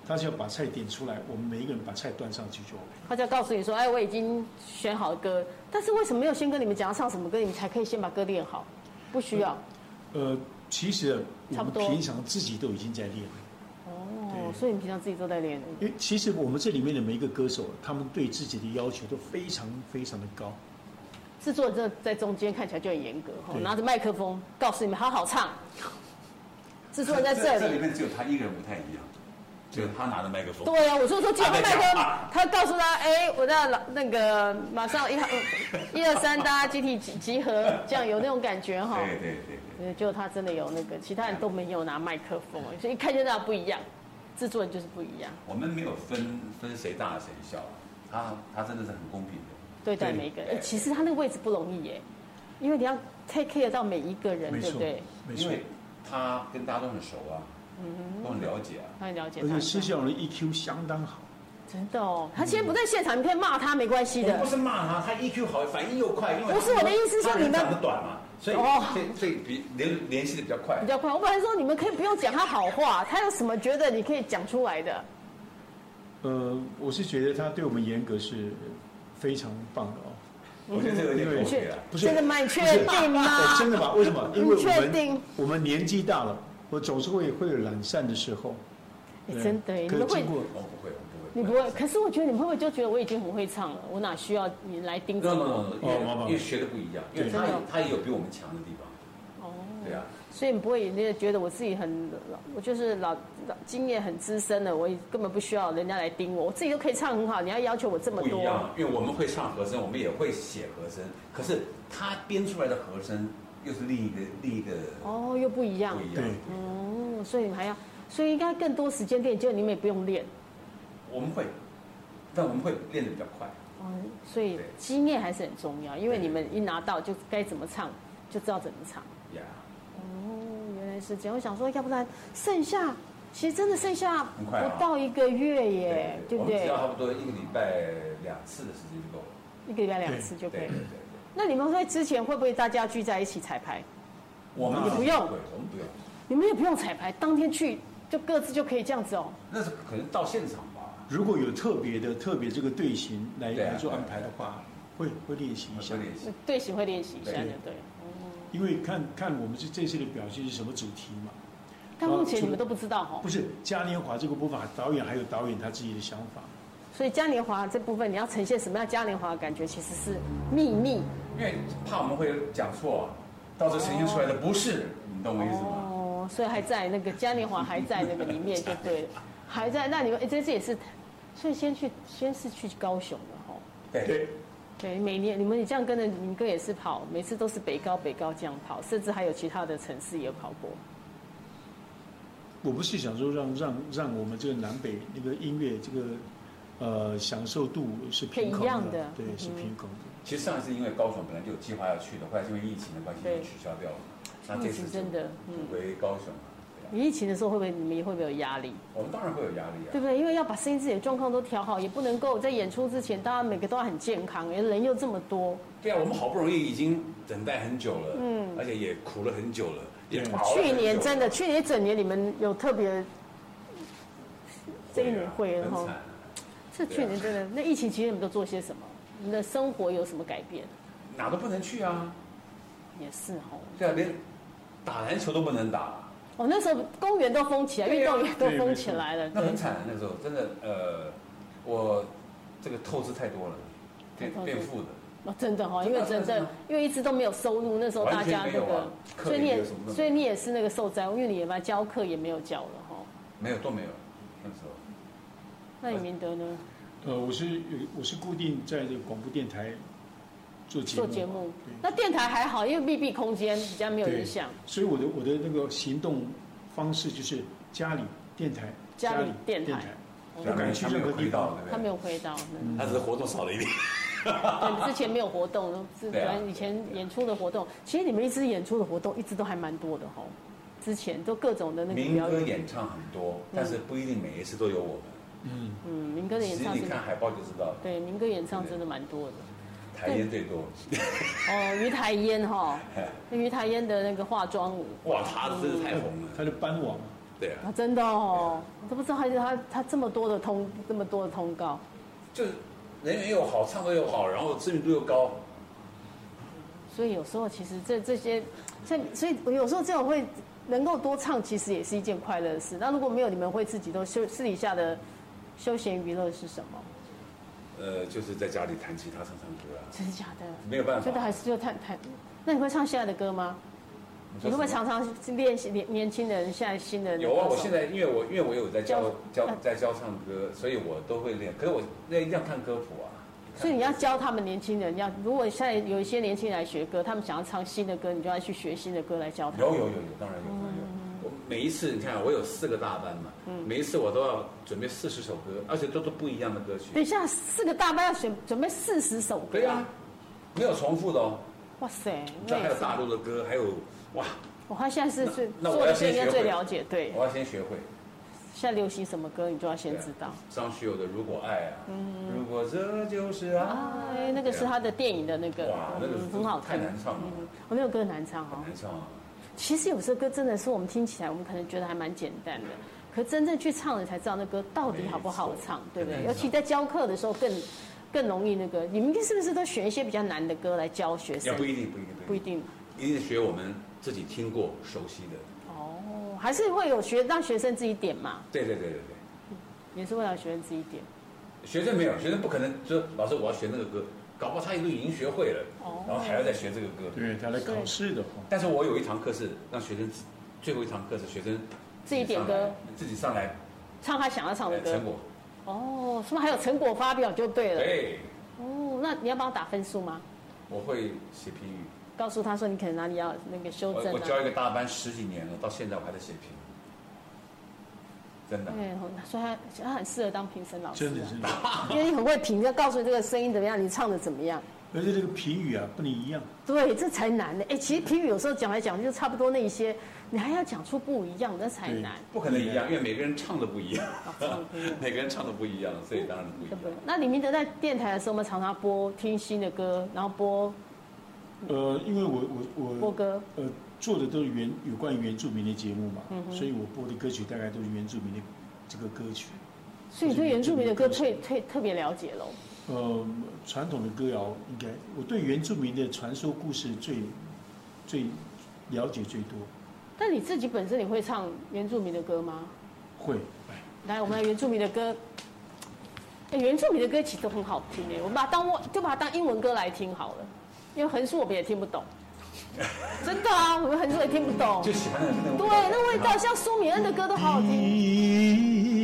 [SPEAKER 2] 他只要把菜点出来，我们每一个人把菜端上去就 OK。
[SPEAKER 3] 他就要告诉你说，哎，我已经选好歌，但是为什么没有先跟你们讲要唱什么歌，你们才可以先把歌练好？不需要、
[SPEAKER 2] 呃，其实啊
[SPEAKER 3] 差
[SPEAKER 2] 我
[SPEAKER 3] 不
[SPEAKER 2] 们
[SPEAKER 3] 多
[SPEAKER 2] 平常自己都已经在练了，嗯
[SPEAKER 3] 哦，所以你平常自己都在练。
[SPEAKER 2] 因为其实我们这里面的每一个歌手，他们对自己的要求都非常非常的高。
[SPEAKER 3] 制作人真的在中间看起来就很严格，哦
[SPEAKER 2] 对
[SPEAKER 3] 拿着麦克风告诉你们好好唱。制作人在这
[SPEAKER 4] 这
[SPEAKER 3] 里，
[SPEAKER 4] 里面只有他一个人不太一样，就是他拿着麦克风。
[SPEAKER 3] 对呀、啊，我说说，结果
[SPEAKER 4] 他在
[SPEAKER 3] 麦克
[SPEAKER 4] 讲
[SPEAKER 3] 风
[SPEAKER 4] 话，
[SPEAKER 3] 他告诉他，哎，我在老那个马上一嗯 一二三，大家集体集集合，这样有那种感觉哈。
[SPEAKER 4] 对对对对，
[SPEAKER 3] 对，就他真的有那个，其他人都没有拿麦克风，所以一看就知道不一样。制作人就是不一样，
[SPEAKER 4] 我们没有分分谁大谁小，啊他他真的是很公平的。
[SPEAKER 3] 对待
[SPEAKER 2] 对
[SPEAKER 3] 每一个人。哎其实他那个位置不容易耶，因为你要 take care 到每一个人，
[SPEAKER 2] 没
[SPEAKER 3] 对不
[SPEAKER 2] 错
[SPEAKER 3] 对？，
[SPEAKER 2] 没
[SPEAKER 4] 因
[SPEAKER 2] 错。
[SPEAKER 4] 为他跟大家都很熟啊，
[SPEAKER 3] 嗯
[SPEAKER 4] 都很了解啊。
[SPEAKER 3] 他很了解
[SPEAKER 2] 而
[SPEAKER 3] 他
[SPEAKER 2] 且。施孝荣的 EQ 相当好，
[SPEAKER 3] 真的哦，他现在不在现场，你可以骂他没关系
[SPEAKER 4] 我们
[SPEAKER 2] 嗯
[SPEAKER 3] 的
[SPEAKER 4] 不。是骂他，他 EQ 好，反应又快，因为
[SPEAKER 3] 不是我的意思是
[SPEAKER 4] 他
[SPEAKER 3] 你们
[SPEAKER 4] 人长得短嘛，所以
[SPEAKER 3] 哦
[SPEAKER 4] 所以所以比联联系的比较快
[SPEAKER 3] 比。较快，我本来说你们可以不用讲他好话，他有什么觉得你可以讲出来的。
[SPEAKER 2] 呃，我是觉得他对我们严格是非常棒的哦。
[SPEAKER 4] 我觉得这个有点
[SPEAKER 2] 对
[SPEAKER 4] 过
[SPEAKER 3] 你嗯
[SPEAKER 4] 分啊
[SPEAKER 3] 确
[SPEAKER 4] 了。
[SPEAKER 2] 不是
[SPEAKER 3] 这个吗？你确定
[SPEAKER 2] 哦
[SPEAKER 3] 吗？
[SPEAKER 2] 真的吗？为什么？因为
[SPEAKER 3] 啊你
[SPEAKER 2] 我
[SPEAKER 3] 确
[SPEAKER 2] 们
[SPEAKER 3] 定？
[SPEAKER 2] 我们年纪大了，我总是会会有懒散的时候。
[SPEAKER 3] 哎真的耶，
[SPEAKER 2] 对
[SPEAKER 3] 你们
[SPEAKER 2] 可
[SPEAKER 3] 会
[SPEAKER 2] 经过
[SPEAKER 4] 我不会，我不会，
[SPEAKER 3] 你不会，可是我觉得你们会不会就觉得我已经很会唱了？我哪需要你来盯着
[SPEAKER 4] 那么
[SPEAKER 3] 我？
[SPEAKER 4] 因
[SPEAKER 2] 哦妈妈
[SPEAKER 4] 为因为学的不一样，因为
[SPEAKER 3] 对
[SPEAKER 4] 他
[SPEAKER 3] 真
[SPEAKER 4] 也
[SPEAKER 3] 的
[SPEAKER 4] 他也有比我们强的地方，
[SPEAKER 3] 哦，
[SPEAKER 4] 对啊，
[SPEAKER 3] 所以你不会你也觉得我自己很老，我就是老老经验很资深的，我也根本不需要人家来盯我，我自己都可以唱很好，你要要求我嗯这么
[SPEAKER 4] 不一
[SPEAKER 3] 多？
[SPEAKER 4] 样，啊因为我们会唱和声，我们也会写和声，可是他编出来的和声又是另一个另一个
[SPEAKER 3] 哦，又不一样
[SPEAKER 4] 不。一样
[SPEAKER 2] 对。
[SPEAKER 3] 哦，所以你还要，所以应该更多时间练，就你们也不用练。
[SPEAKER 4] 我们会，但我们会练得比较快。
[SPEAKER 3] 嗯，所以
[SPEAKER 4] 对
[SPEAKER 3] 经验还是很重要，因为
[SPEAKER 4] 对
[SPEAKER 3] 你们一拿到就该怎么唱，就知道怎么唱。
[SPEAKER 4] 呀、
[SPEAKER 3] 哦，原来是这样。我想说，要不然剩下，其实真的剩下
[SPEAKER 4] 很快啊
[SPEAKER 3] 不到一个月耶，对
[SPEAKER 4] 我
[SPEAKER 3] 不
[SPEAKER 4] 们只
[SPEAKER 3] 对
[SPEAKER 4] 要？差不多一个礼拜两次的时间就够了。
[SPEAKER 3] 一个礼拜两次就可
[SPEAKER 4] 对
[SPEAKER 3] 以
[SPEAKER 4] 对
[SPEAKER 3] 了
[SPEAKER 4] 对。对，
[SPEAKER 3] 那你们会之前会不会大家聚在一起彩排？
[SPEAKER 4] 我们
[SPEAKER 3] 你不用
[SPEAKER 4] 对，我们不用，
[SPEAKER 3] 你们也不用彩排，当天去就各自就可以这样子哦。
[SPEAKER 4] 那是可能到现场吧，
[SPEAKER 2] 如果有特别的特别这个队形来
[SPEAKER 4] 对啊
[SPEAKER 2] 来做安排的话，会会练习一下
[SPEAKER 4] 有，点像
[SPEAKER 3] 队形会练习一下，
[SPEAKER 4] 对
[SPEAKER 3] 对不对？
[SPEAKER 2] 因为看看我们这这次的表现是什么主题嘛。
[SPEAKER 3] 但目前
[SPEAKER 2] 除了
[SPEAKER 3] 你们都不知道哦哈
[SPEAKER 2] 不，是嘉年华这个部分，导演还有导演他自己的想法。
[SPEAKER 3] 所以嘉年华这部分你要呈现什么样嘉年华的感觉，其实是秘密
[SPEAKER 4] 因为怕我们会讲错，到时候呈现出来的不是，你懂我意思吗？
[SPEAKER 3] 哦，所以还在那个嘉年华还在那个里面就对了，还在。那你们、诶这次也是，所以先去先是去高雄了哈。
[SPEAKER 4] 对，
[SPEAKER 3] 对，每年你们你这样跟着你们哥也是跑，每次都是北高北高这样跑，甚至还有其他的城市也有跑过。
[SPEAKER 2] 我不是想说让让让我们这个南北那个音乐这个呃享受度是平
[SPEAKER 3] 可以一
[SPEAKER 2] 衡
[SPEAKER 3] 样的
[SPEAKER 2] 对
[SPEAKER 3] 嗯，哼
[SPEAKER 2] 是平衡的。
[SPEAKER 4] 其实上一次因为高雄本来就有计划要去的，后来因为疫情的关系
[SPEAKER 3] 对
[SPEAKER 4] 就取消掉了。那这次
[SPEAKER 3] 疫情嗯真的嗯
[SPEAKER 4] 就回高雄了。对啊
[SPEAKER 3] 你疫情的时候会不会你们也会不会有压力，
[SPEAKER 4] 我们当然会有压力啊
[SPEAKER 3] 对。不对？因为要把身体自己的状况都调好，也不能够在演出之前大家每个都要很健康，人又这么多，
[SPEAKER 4] 对啊，我们好不容易已经等待很久了，嗯，而且也苦了很久了，也
[SPEAKER 2] 对
[SPEAKER 4] 熬了很久
[SPEAKER 3] 嗯
[SPEAKER 4] 啊
[SPEAKER 3] 去
[SPEAKER 4] 了
[SPEAKER 3] 年真的，去年一整年你们有特别，这一年会
[SPEAKER 4] 啊
[SPEAKER 3] 然后
[SPEAKER 4] 很惨啊
[SPEAKER 3] 这去年真的，那疫情期间你们都做些什么？你们的生活有什么改变？
[SPEAKER 4] 哪都不能去啊，
[SPEAKER 3] 也是哦，
[SPEAKER 4] 对啊，连打篮球都不能打，
[SPEAKER 3] 哦，那时候公园都封起来，
[SPEAKER 4] 对
[SPEAKER 3] 运
[SPEAKER 4] 啊
[SPEAKER 3] 动也都
[SPEAKER 2] 对
[SPEAKER 3] 封
[SPEAKER 2] 没
[SPEAKER 3] 起
[SPEAKER 2] 错
[SPEAKER 3] 来了，
[SPEAKER 4] 那
[SPEAKER 3] 对
[SPEAKER 4] 很惨啊。那时候真的，呃，我这个透支太多了，变
[SPEAKER 3] 太透支
[SPEAKER 4] 变富的，
[SPEAKER 3] 哦，真的哈、因为真
[SPEAKER 4] 真的
[SPEAKER 3] 的
[SPEAKER 4] 真的，
[SPEAKER 3] 因为一直都没有收入，那时候大家那
[SPEAKER 4] 完全没有
[SPEAKER 3] 个
[SPEAKER 4] 啊，
[SPEAKER 3] 所以你
[SPEAKER 4] 课也没
[SPEAKER 3] 也
[SPEAKER 4] 有什么都没有
[SPEAKER 3] 所以你也是那个受灾户，因为你也把教课也没有教了哈、
[SPEAKER 4] 没有都没有，那时候
[SPEAKER 3] 那你明德呢？
[SPEAKER 2] 呃，我是有我是固定在这个广播电台做节目
[SPEAKER 3] 做
[SPEAKER 2] 嘛，
[SPEAKER 3] 节目
[SPEAKER 2] 对，
[SPEAKER 3] 那电台还好，因为密闭空间比较没有影响，
[SPEAKER 2] 所以我的我的那个行动方式就是家里电台，
[SPEAKER 3] 家里电台
[SPEAKER 2] 电台，
[SPEAKER 3] 哦
[SPEAKER 4] 对啊
[SPEAKER 2] 不敢去
[SPEAKER 4] 他没有
[SPEAKER 2] 任何地
[SPEAKER 4] 回到
[SPEAKER 2] 方，
[SPEAKER 4] 对
[SPEAKER 3] 他
[SPEAKER 4] 不
[SPEAKER 3] 没
[SPEAKER 4] 对？
[SPEAKER 3] 有回到。嗯
[SPEAKER 7] 他只是活动少了一点。
[SPEAKER 3] 对， 之前没有活动，是
[SPEAKER 4] 对啊
[SPEAKER 3] 反正以前演出的活动，其实你们一直演出的活动一直都还蛮多的吼。之前都各种的那个
[SPEAKER 4] 民
[SPEAKER 3] 表
[SPEAKER 4] 歌
[SPEAKER 3] 演，
[SPEAKER 4] 演唱很多，但是不一定每一次都有我们。
[SPEAKER 3] 嗯，民歌的
[SPEAKER 4] 其
[SPEAKER 3] 演
[SPEAKER 4] 实
[SPEAKER 3] 唱
[SPEAKER 4] 你
[SPEAKER 3] 是，
[SPEAKER 4] 看海报就知道了，
[SPEAKER 3] 对，民歌演唱真的蛮多的。
[SPEAKER 4] 台烟最多。
[SPEAKER 3] 哦，于台烟哈，于台烟的那个化妆舞，
[SPEAKER 7] 哇，他真是太红 了。
[SPEAKER 2] 他的班网
[SPEAKER 7] 对啊，
[SPEAKER 3] 啊，真的哦，我都不知道他他他这么多的通这么多的通告，
[SPEAKER 4] 就是人缘又好，唱歌又好，然后知名度又高，
[SPEAKER 3] 所以有时候其实这这些，像所以有时候这种会能够多唱，其实也是一件快乐的事。那如果没有，你们会自己都休私底下的休闲娱乐是什么？
[SPEAKER 4] 呃，就是在家里弹吉他、唱唱歌啊，
[SPEAKER 3] 真的假的？
[SPEAKER 4] 没有办法。
[SPEAKER 3] 觉得还是就太太。那你会唱现在的歌吗？你
[SPEAKER 4] 说
[SPEAKER 3] 会不会
[SPEAKER 4] 什么
[SPEAKER 3] 常常练习年年轻人现在新的？
[SPEAKER 4] 有啊，我现在因为我因为我有在教
[SPEAKER 3] 教嗯
[SPEAKER 4] 教在教唱歌，所以我都会练。可是我那一定要看歌谱啊。
[SPEAKER 3] 所以你要教他们年轻人，要如果现在有一些年轻人来学歌，他们想要唱新的歌，你就要去学新的歌来教他们。
[SPEAKER 4] 有有有有，当然有当然有。
[SPEAKER 3] 嗯
[SPEAKER 4] 我每一次你看，我有四个大班嘛，每一次我都要准备四十首歌，而且都是不一样的歌曲。
[SPEAKER 3] 等一下，四个大班要选准备四十首歌。
[SPEAKER 4] 对啊，没有重复的哦。
[SPEAKER 3] 哇塞，
[SPEAKER 4] 那
[SPEAKER 3] 那
[SPEAKER 4] 还
[SPEAKER 3] 也
[SPEAKER 4] 有
[SPEAKER 3] 是。
[SPEAKER 4] 大陆的歌，还有哇，
[SPEAKER 3] 我看现在是最
[SPEAKER 4] 那那我
[SPEAKER 3] 做
[SPEAKER 4] 要
[SPEAKER 3] 的是
[SPEAKER 4] 先
[SPEAKER 3] 应该
[SPEAKER 4] 学
[SPEAKER 3] 最
[SPEAKER 4] 会
[SPEAKER 3] 了解，对。
[SPEAKER 4] 我要先学会。
[SPEAKER 3] 现在流行什么歌，你就要先
[SPEAKER 4] 对啊
[SPEAKER 3] 知道。
[SPEAKER 4] 张学友的《如果爱》啊，
[SPEAKER 3] 嗯
[SPEAKER 4] 如果这就是
[SPEAKER 8] 啊
[SPEAKER 4] 爱，
[SPEAKER 3] 哎，那个是他的电影的那个
[SPEAKER 4] 啊哇，那个
[SPEAKER 3] 嗯很好嗯
[SPEAKER 4] 太
[SPEAKER 3] 看。
[SPEAKER 4] 难唱了，
[SPEAKER 3] 我那首歌很难唱哦
[SPEAKER 4] 很。难唱啊。
[SPEAKER 3] 其实有时候歌真的是我们听起来，我们可能觉得还蛮简单的，可真正去唱了才知道那歌到底好不好唱，对不对？
[SPEAKER 4] 没错
[SPEAKER 3] 尤其在教课的时候更更容易那个。你们是不是都选一些比较难的歌来教学
[SPEAKER 4] 也
[SPEAKER 3] 生？
[SPEAKER 4] 不一定，不一定，
[SPEAKER 3] 不一定
[SPEAKER 4] 一定学我们自己听过、熟悉的。
[SPEAKER 3] 哦，还是会有学让学生自己点嘛，
[SPEAKER 4] 对对对对对，
[SPEAKER 3] 也是为了学生自己点。
[SPEAKER 8] 学生没有，学生不可能说老师我要学那个歌，搞不好他都已经学会了，
[SPEAKER 3] 哦
[SPEAKER 8] 然后还要再学这个歌。
[SPEAKER 2] 对，他来考试的话，
[SPEAKER 8] 但是我有一堂课是让学生自，最后一堂课是学生
[SPEAKER 3] 自己点
[SPEAKER 8] 上来
[SPEAKER 4] 啊
[SPEAKER 3] 歌，
[SPEAKER 8] 自己上来
[SPEAKER 3] 唱他想要唱的
[SPEAKER 8] 呃
[SPEAKER 3] 歌
[SPEAKER 8] 成。果。
[SPEAKER 3] 哦，是不是还有成果发表就对了？
[SPEAKER 8] 对，
[SPEAKER 3] 哦，那你要帮我打分数吗？
[SPEAKER 8] 我会写评语，
[SPEAKER 3] 告诉他说你可能哪里要那个修
[SPEAKER 8] 我
[SPEAKER 3] 正
[SPEAKER 8] 我
[SPEAKER 3] 啊
[SPEAKER 8] 教。一个大班十几年了，到现在我还在写评语，真的。
[SPEAKER 3] 对，哦所以他他很适合当评审老师啊，
[SPEAKER 2] 哦真的是。
[SPEAKER 3] 因为你很会评，要告诉你这个声音怎么样，你唱的怎么样。
[SPEAKER 2] 而且这个评语啊，不能一样。
[SPEAKER 3] 对，这才难呢。哎，其实评语有时候讲来讲去就差不多那一些，你还要讲出不一样，那才
[SPEAKER 2] 对
[SPEAKER 3] 难。
[SPEAKER 8] 不可能一样，
[SPEAKER 3] 嗯
[SPEAKER 8] 因为每个人唱的不一样，
[SPEAKER 3] 哦唱得不一样
[SPEAKER 8] 每个人唱的不一样，所以当然不一
[SPEAKER 3] 对不对
[SPEAKER 8] 样。？
[SPEAKER 3] 那李明德在电台的时候，我们常常播听新的歌，然后播嗯
[SPEAKER 2] 呃，因为我我我
[SPEAKER 3] 播歌，
[SPEAKER 2] 呃做的都是原有关于原住民的节目嘛，
[SPEAKER 3] 嗯
[SPEAKER 2] 所以我播的歌曲大概都是原住民的这个歌曲。
[SPEAKER 3] 所以你对原住民的歌特特特别了解喽。
[SPEAKER 2] 呃，传统的歌谣应该我对原住民的传说故事最最了解最多，
[SPEAKER 3] 但你自己本身你会唱原住民的歌吗？
[SPEAKER 2] 会
[SPEAKER 3] 来，我们来原住民的歌。哎，原住民的歌其实都很好听哎，我们把它当我就把它当英文歌来听好了，因为横竖我们也听不懂。真的啊，我们横竖也听不懂。
[SPEAKER 8] 就喜欢那个那个
[SPEAKER 3] 对，那味道像苏米恩的歌都好好听。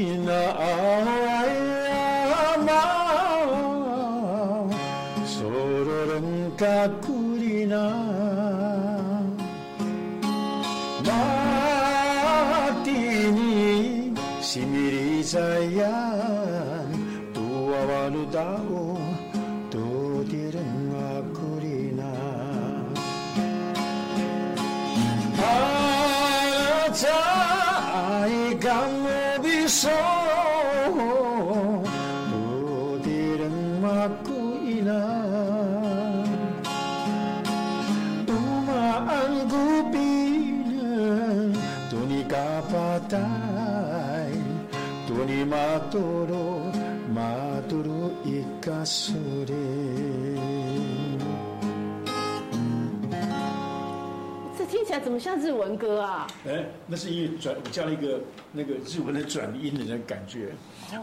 [SPEAKER 3] 这听起来怎么像日文歌啊？
[SPEAKER 2] 哎，那是因为转我加了一个那个日文的转音的那个感觉。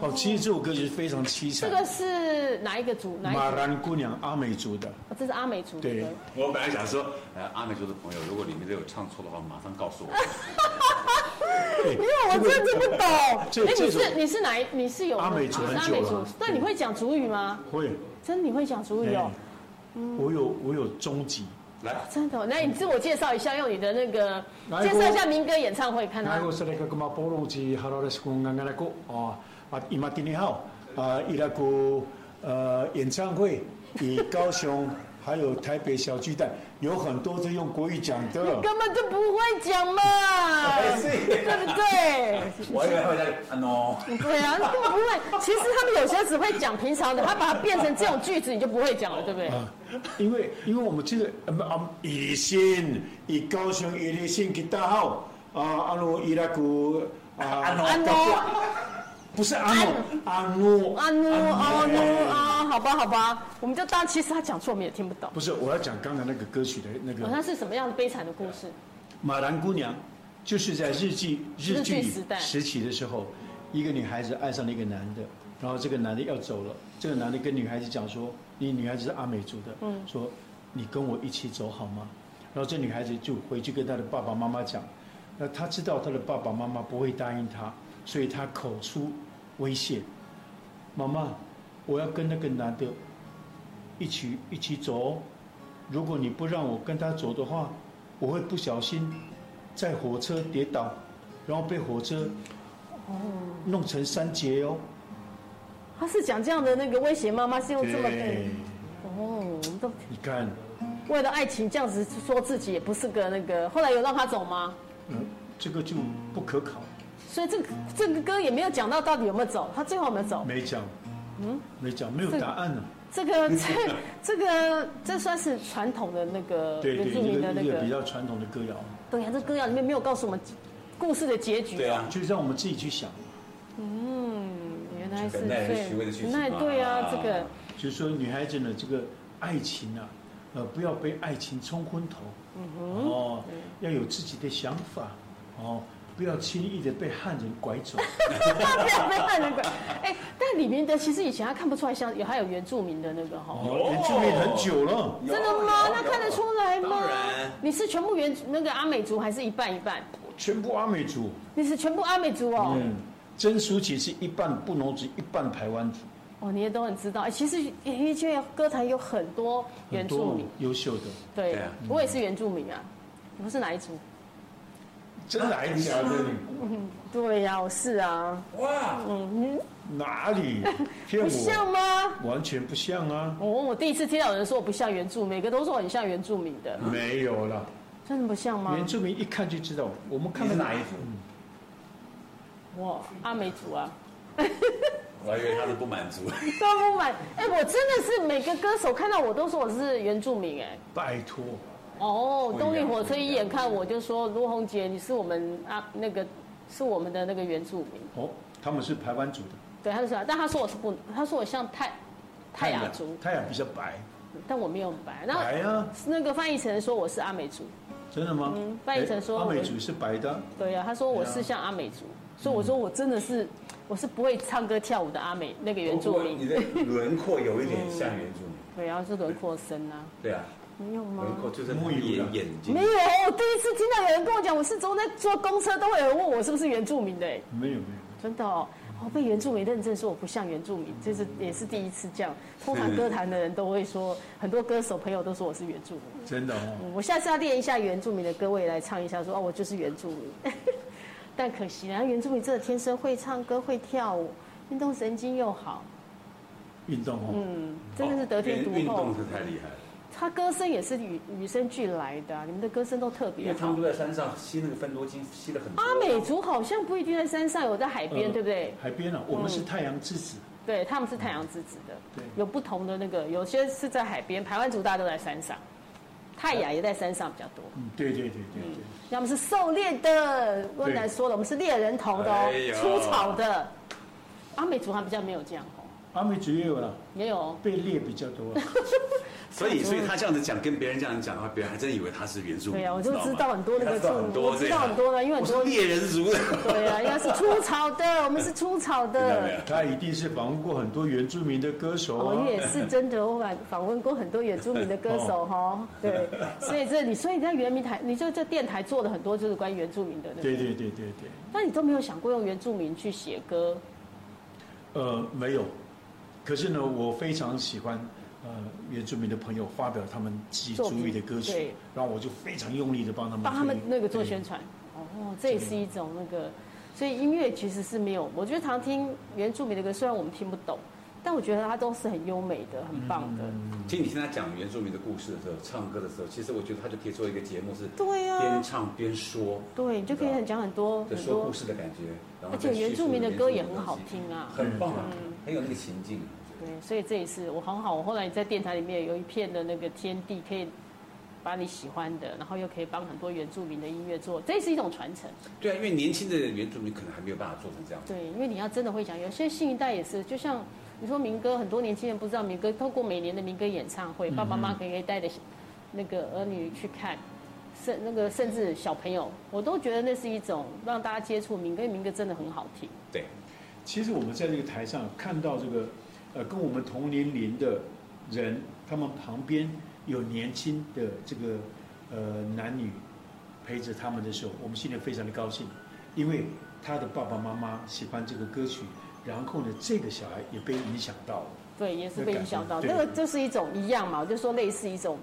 [SPEAKER 2] 哦，其实这首歌也是非常凄
[SPEAKER 3] 这
[SPEAKER 2] 惨。
[SPEAKER 3] 个是哪一个族？哪一
[SPEAKER 2] 马
[SPEAKER 3] 个？
[SPEAKER 2] 兰姑娘阿美族的，
[SPEAKER 3] 哦这是阿美族的
[SPEAKER 2] 对
[SPEAKER 3] 歌。
[SPEAKER 8] 我本来想说，呃，阿美族的朋友，如果里面都有唱错的话，马上告 诉我。
[SPEAKER 3] 没有，我真的不懂。哎，
[SPEAKER 2] 这
[SPEAKER 3] 你
[SPEAKER 2] 这首
[SPEAKER 3] 是你是哪一？你是有
[SPEAKER 2] 阿美族
[SPEAKER 3] 你是
[SPEAKER 2] 很
[SPEAKER 3] 阿
[SPEAKER 2] 久
[SPEAKER 3] 美
[SPEAKER 2] 了
[SPEAKER 3] 族？那你会讲族语吗？
[SPEAKER 2] 会。
[SPEAKER 3] 真的你会讲族语哦
[SPEAKER 2] 哎？我有我有终极，
[SPEAKER 8] 来，
[SPEAKER 3] 真的哦，那你自我介绍一下，用你的那个
[SPEAKER 5] 来
[SPEAKER 3] 介绍一下民歌演唱会，看他
[SPEAKER 5] 然后それがまあポロンチハロレスコンガンガラコ
[SPEAKER 2] 哦
[SPEAKER 5] あ
[SPEAKER 2] 啊
[SPEAKER 5] あ今ティニハオ啊伊拉古
[SPEAKER 2] 呃，演唱会以高雄还有台北小巨蛋，有很多是用国语讲的。
[SPEAKER 3] 根本就不会讲嘛，哎对不对？
[SPEAKER 8] 我以为会在啊 no，
[SPEAKER 3] 对啊，根本不会。其实他们有些只会讲平常的，他把它变成这种句子，你就不会讲了，对不对？
[SPEAKER 2] 因为因为我们这个呃不啊，伊犁县以高雄伊犁县吉大号啊，阿诺伊拉古啊，
[SPEAKER 3] 安诺，
[SPEAKER 2] 不是阿诺阿诺，
[SPEAKER 3] 安诺，安诺啊，好吧，好吧，我们就当其实他讲错，我们也听不懂。
[SPEAKER 2] 不是我要讲刚才那个歌曲的那
[SPEAKER 3] 哦，
[SPEAKER 2] 个
[SPEAKER 3] 那是什么样的悲惨的故事？
[SPEAKER 2] 马兰姑娘，就是在日剧日
[SPEAKER 3] 日
[SPEAKER 2] 剧
[SPEAKER 3] 剧时代
[SPEAKER 2] 时期的时候，一个女孩子爱上了一个男的，然后这个男的要走了，这个男的跟女孩子讲说，你女孩子是阿美族的，
[SPEAKER 3] 嗯
[SPEAKER 2] 说你跟我一起走好吗？然后这女孩子就回去跟她的爸爸妈妈讲，那她知道她的爸爸妈妈不会答应她，所以她口出威胁，妈妈，我要跟那个男的一起一起走哦、如果你不让我跟他走的话，我会不小心在火车跌倒，然后被火车弄成三节哦。
[SPEAKER 3] 他是讲这样的那个威胁妈妈，是用这么
[SPEAKER 2] 对，
[SPEAKER 3] 哦，我们都
[SPEAKER 2] 你看，
[SPEAKER 3] 为了爱情这样子说自己也不是个那个。后来有让他走吗？
[SPEAKER 2] 嗯，这个就不可考，
[SPEAKER 3] 所以这个这个歌也没有讲到到底有没有走，他最后有没有走？
[SPEAKER 2] 没讲，嗯，没讲，没有答案啊呢、
[SPEAKER 3] 这个这这个这算是传统的那个
[SPEAKER 2] 对
[SPEAKER 3] 原
[SPEAKER 2] 对，
[SPEAKER 3] 住
[SPEAKER 2] 一
[SPEAKER 3] 民的
[SPEAKER 2] 个
[SPEAKER 3] 那
[SPEAKER 2] 一个
[SPEAKER 3] 个
[SPEAKER 2] 比较传统的歌谣，
[SPEAKER 3] 对呀、这歌谣里面没有告诉我们故事的结局。
[SPEAKER 8] 对啊，
[SPEAKER 2] 就让我们自己去想，
[SPEAKER 3] 嗯，原来是
[SPEAKER 8] 很耐人寻味的
[SPEAKER 3] 对
[SPEAKER 8] 剧，情
[SPEAKER 3] 那
[SPEAKER 8] 嘛
[SPEAKER 3] 对啊
[SPEAKER 8] 啊，
[SPEAKER 3] 这个
[SPEAKER 2] 就是说女孩子呢，这个爱情啊，呃，不要
[SPEAKER 3] 嗯
[SPEAKER 2] 被爱情冲昏头，哦，要有自己的想法，哦，不要轻易的被汉人拐走。
[SPEAKER 3] 不要被汉人管。哎，但里面的其实以前他看不出来像有还有原住民的那个哈、
[SPEAKER 8] 有
[SPEAKER 2] 原哦住民很久了，
[SPEAKER 3] 真的吗？那看得出来吗
[SPEAKER 8] 当然？
[SPEAKER 3] 你是全部原那个阿美族还是一半一半？
[SPEAKER 2] 全部阿美族。
[SPEAKER 3] 你是全部阿美族哦。
[SPEAKER 2] 嗯，真淑琪是一半布农族，一半台湾族，
[SPEAKER 3] 哦，你也都很知道。哎其实演艺圈歌坛有很多
[SPEAKER 2] 很
[SPEAKER 3] 原
[SPEAKER 2] 多
[SPEAKER 3] 住民，
[SPEAKER 2] 优秀的。
[SPEAKER 3] 对，
[SPEAKER 4] 对啊
[SPEAKER 3] 我也是原住民啊。你不是哪一族？
[SPEAKER 2] 真来假的
[SPEAKER 3] 对呀、我是啊。
[SPEAKER 8] 哇，
[SPEAKER 2] 你哪 里骗
[SPEAKER 3] 不像
[SPEAKER 2] 我？
[SPEAKER 3] 吗？
[SPEAKER 2] 完全不像啊，
[SPEAKER 3] 我我第一次听到有人说我不像原住民，每个都说我很像原住民的，
[SPEAKER 2] 没有啦。
[SPEAKER 3] 真的不像吗
[SPEAKER 2] 原？住民一看就知道，我们看
[SPEAKER 8] 你
[SPEAKER 2] 到嗯
[SPEAKER 8] 是哪一组？
[SPEAKER 3] 我阿美族啊，
[SPEAKER 8] 我还以为他是不满足。
[SPEAKER 3] 都不满。哎、我真的是每个歌手看到我都说我是原住民、哎。
[SPEAKER 2] 拜托，
[SPEAKER 3] 哦，
[SPEAKER 8] 不一样
[SPEAKER 3] 动力火车一眼看我就说卢红杰，你是我们啊那个是我们的那个原住民，
[SPEAKER 2] 哦，他们是台湾族的，
[SPEAKER 3] 对，他就说，但他说我是不，他说我像泰泰雅
[SPEAKER 2] 太
[SPEAKER 3] 族，嗯哎
[SPEAKER 2] 泰雅比较白，
[SPEAKER 3] 但我没有白。然后
[SPEAKER 2] 白啊，
[SPEAKER 3] 那个翻译成说我是阿美族，
[SPEAKER 2] 真的吗
[SPEAKER 3] 嗯？翻译成说
[SPEAKER 2] 哎阿
[SPEAKER 3] 我
[SPEAKER 2] 美
[SPEAKER 3] 们
[SPEAKER 2] 族是白的啊，
[SPEAKER 3] 对哎呀、他嗯说我是像阿美族，所以我说我真的是我是不会唱歌跳舞的阿美那个原住
[SPEAKER 8] 你
[SPEAKER 3] 民，
[SPEAKER 8] 的轮廓有一点像原住民，
[SPEAKER 3] 对啊，然后是轮廓深啊，
[SPEAKER 8] 对啊，
[SPEAKER 3] 没有吗
[SPEAKER 8] 轮？廓就是
[SPEAKER 2] 木鱼啊
[SPEAKER 8] 眼眼睛
[SPEAKER 3] 没。有，我第一次听到有人跟我讲，我是从在坐公车都会有人问我是不是原住民的、哎
[SPEAKER 2] 没有没有，
[SPEAKER 3] 真的哦，哦被原住民认证说我不像原住民，这是也是第一次这样。通常歌坛的人都会说，很多歌手朋友都说我是原住民。
[SPEAKER 2] 真的哦，
[SPEAKER 3] 嗯我下次要练一下原住民的歌，我也来唱一下说，哦我就是原住民。 但可惜啦，原住民真的天生会唱歌、会跳舞，运动神经又好，
[SPEAKER 2] 运动哦，
[SPEAKER 3] 嗯，真的是得天独
[SPEAKER 8] 哦运
[SPEAKER 3] 厚
[SPEAKER 8] 动。是太厉害了，
[SPEAKER 3] 他歌声也是与与生俱来的啊、你们的歌声都特
[SPEAKER 8] 因
[SPEAKER 3] 别
[SPEAKER 8] 为他们
[SPEAKER 3] 好
[SPEAKER 8] 都。在山上吸那个芬多精，吸了很多。
[SPEAKER 3] 阿美族好像不一定在山上，有在海边，
[SPEAKER 2] 呃
[SPEAKER 3] 对不对？
[SPEAKER 2] 海边啊，我们
[SPEAKER 3] 嗯
[SPEAKER 2] 是太阳之子，
[SPEAKER 3] 对，他们是太阳之子的，
[SPEAKER 2] 对
[SPEAKER 3] 有不同的那个，有些是在海边，台湾族大家都在山上，泰雅也在山上比较多。
[SPEAKER 2] 嗯，对对对对对，
[SPEAKER 3] 要么是狩猎的，温南说了，我们是猎人头的哦
[SPEAKER 8] 哎，呦
[SPEAKER 3] 出草的。阿美族还比较没有这样哦，
[SPEAKER 2] 阿美族也有了，
[SPEAKER 3] 也有哦
[SPEAKER 2] 被猎比较多啊，
[SPEAKER 4] 所以，所以他这样子讲，跟别人这样讲的话，别人还真以为他是原住民。
[SPEAKER 3] 对呀，啊我就
[SPEAKER 4] 你
[SPEAKER 3] 知
[SPEAKER 4] 吗
[SPEAKER 3] 道很多那个
[SPEAKER 8] 知道很多
[SPEAKER 3] 我知道很多啊的，因为很
[SPEAKER 4] 我
[SPEAKER 3] 多
[SPEAKER 4] 是猎人族的。
[SPEAKER 3] 对呀，应该是出草的，我们是出草
[SPEAKER 4] 没有
[SPEAKER 3] 的。
[SPEAKER 2] 他一定是访问过很多原住民的歌手
[SPEAKER 3] 哦我
[SPEAKER 2] 啊，
[SPEAKER 3] 也是真的，我访访问过很多原住民的歌手哈、哦，对，所以这你所以在原民台，你就在电台做了很多就是关于原住民的那个。
[SPEAKER 2] 对对对对对，
[SPEAKER 3] 那你都没有想过用原住民去写歌？
[SPEAKER 2] 呃，没有。可是呢，我非常喜欢呃原住民的朋友发表他们自己
[SPEAKER 3] 作
[SPEAKER 2] 主
[SPEAKER 3] 品
[SPEAKER 2] 语的歌曲
[SPEAKER 3] 对，
[SPEAKER 2] 然后我就非常用力的
[SPEAKER 8] 嗯
[SPEAKER 2] 帮他们
[SPEAKER 3] 帮他们
[SPEAKER 2] 推
[SPEAKER 3] 那个做宣。传。哦，这也是一种那个，所以音乐其实是没有，我觉得常听原住民的歌，虽然我们听不懂，但我觉得它都是很优美的，很棒
[SPEAKER 8] 嗯
[SPEAKER 3] 的。
[SPEAKER 8] 其实你听他讲原住民的故事的时候，唱歌的时候，其实我觉得他就可以做一个节目，是
[SPEAKER 3] 对呀、
[SPEAKER 8] 边唱边说，
[SPEAKER 3] 对，你就可以很讲很多
[SPEAKER 8] 在
[SPEAKER 3] 啊很
[SPEAKER 8] 说
[SPEAKER 3] 多
[SPEAKER 8] 故，事的感觉。然后
[SPEAKER 3] 而
[SPEAKER 8] 再
[SPEAKER 3] 且
[SPEAKER 8] 叙述
[SPEAKER 3] 原住民的歌也很好
[SPEAKER 8] 原住民
[SPEAKER 3] 听啊
[SPEAKER 8] 的。东西，很棒啊，很有那个情境。啊
[SPEAKER 3] 对，所以这也是我很好，我后来在电台里面有一片的那个天地，可以把你喜欢的，然后又可以帮很多原住民的音乐做，这也是一种传承。
[SPEAKER 8] 对啊，因为年轻的原住民可能还没有办法做成这样。
[SPEAKER 3] 对，因为你要真的会讲，有些新一代也是，就像你说民歌，很多年轻人不知道民歌，透过每年的民歌演唱会，
[SPEAKER 2] 嗯
[SPEAKER 3] 爸爸妈妈可以带着那个儿女去看，甚那个甚至小朋友，我都觉得那是一种让大家接触民歌，因为民歌真的很好听。
[SPEAKER 8] 对，
[SPEAKER 2] 其实我们在这个台上看到这个呃跟我们同年龄的人，他们旁边有年轻的这个呃男女陪着他们的时候，我们心里非常的高兴，因为他的爸爸妈妈喜欢这个歌曲，然后呢，这个小孩也被影响到了。
[SPEAKER 3] 对，也是被影响到，
[SPEAKER 2] 对
[SPEAKER 3] 那个就是一种一样嘛，我就说类似一种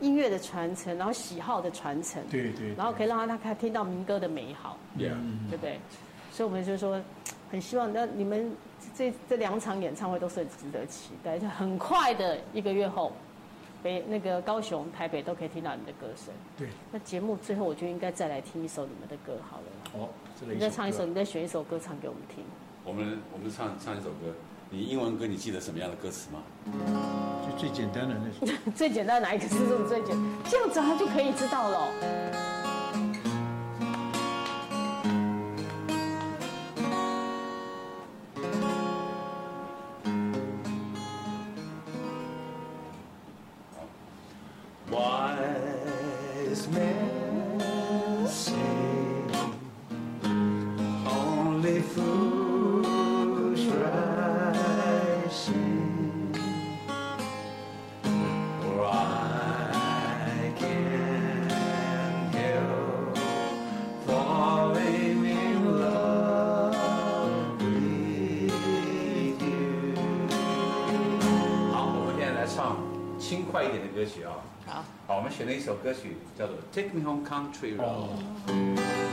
[SPEAKER 3] 音乐的传承，然后喜好的传承，
[SPEAKER 2] 对对
[SPEAKER 3] 然后可以让他他听到民歌的美好。
[SPEAKER 8] 对啊，
[SPEAKER 3] 对不对？所以我们就说，很希望那你们这这两场演唱会都是很值得期待，就很快的一个月后，北那个高雄、台北都可以听到你们的歌声。
[SPEAKER 2] 对，
[SPEAKER 3] 那节目最后我就应该再来听一首你们的歌好了啦。
[SPEAKER 2] 好，这里
[SPEAKER 3] 你再唱一首，你再选一首歌唱给我们听。
[SPEAKER 4] 我们我们唱唱一首歌，你英文歌你记得什么样的歌词吗？
[SPEAKER 2] 就最简单的那首。
[SPEAKER 3] 最简单的哪一个是这种最简单？这样子他就可以知道了哦。
[SPEAKER 5] Wise men say
[SPEAKER 4] 快一点的歌曲啊。
[SPEAKER 9] 好，
[SPEAKER 4] 好，我们选了一首歌曲叫做《Take Me Home Country Road》。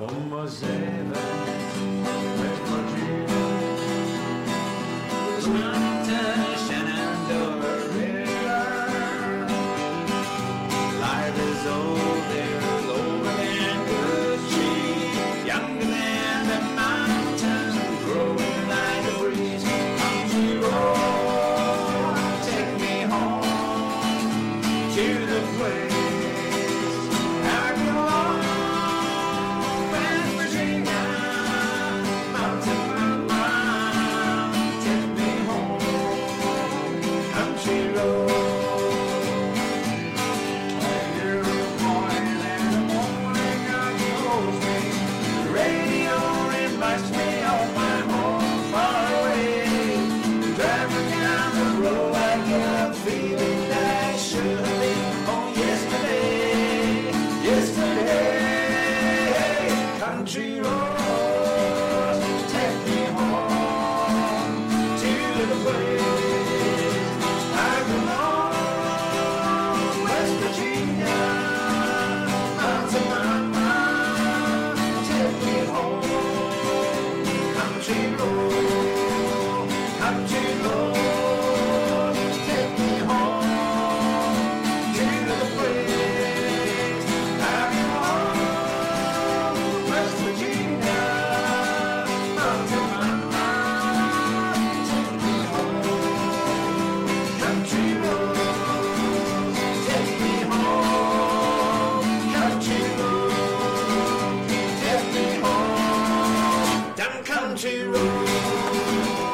[SPEAKER 10] Almost heaven, West Virginia,
[SPEAKER 5] Mountain Shenandoah River. Life is older, lower than good tree, younger than the mountains, growing like a breeze. Country road, take me home to the place I belong. West Virginia, mountain mama, take me home, country road. Country road, take me home to the place I belong. West Virginia, mountain mama, take me home, country road, country road, take me home to the place I belong. West Virginia, mountain mama, take me home, country road. Take me home, country road. Take me home, down country road.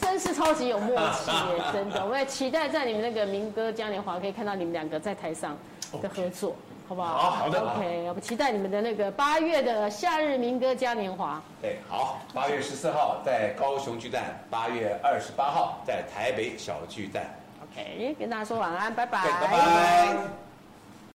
[SPEAKER 3] 真是超级有默契 耶，真的。我也期待在你们那个民歌嘉年华可以看到你们两个在台上的合作，好不好？
[SPEAKER 4] 好好的
[SPEAKER 3] OK，我们期待你们的那个八月的夏日民歌嘉年华。
[SPEAKER 4] 对，好，八月十四号在高雄巨蛋，八月二十八号在台北小巨蛋。
[SPEAKER 3] OK，跟大家说晚安，拜
[SPEAKER 4] 对，拜拜。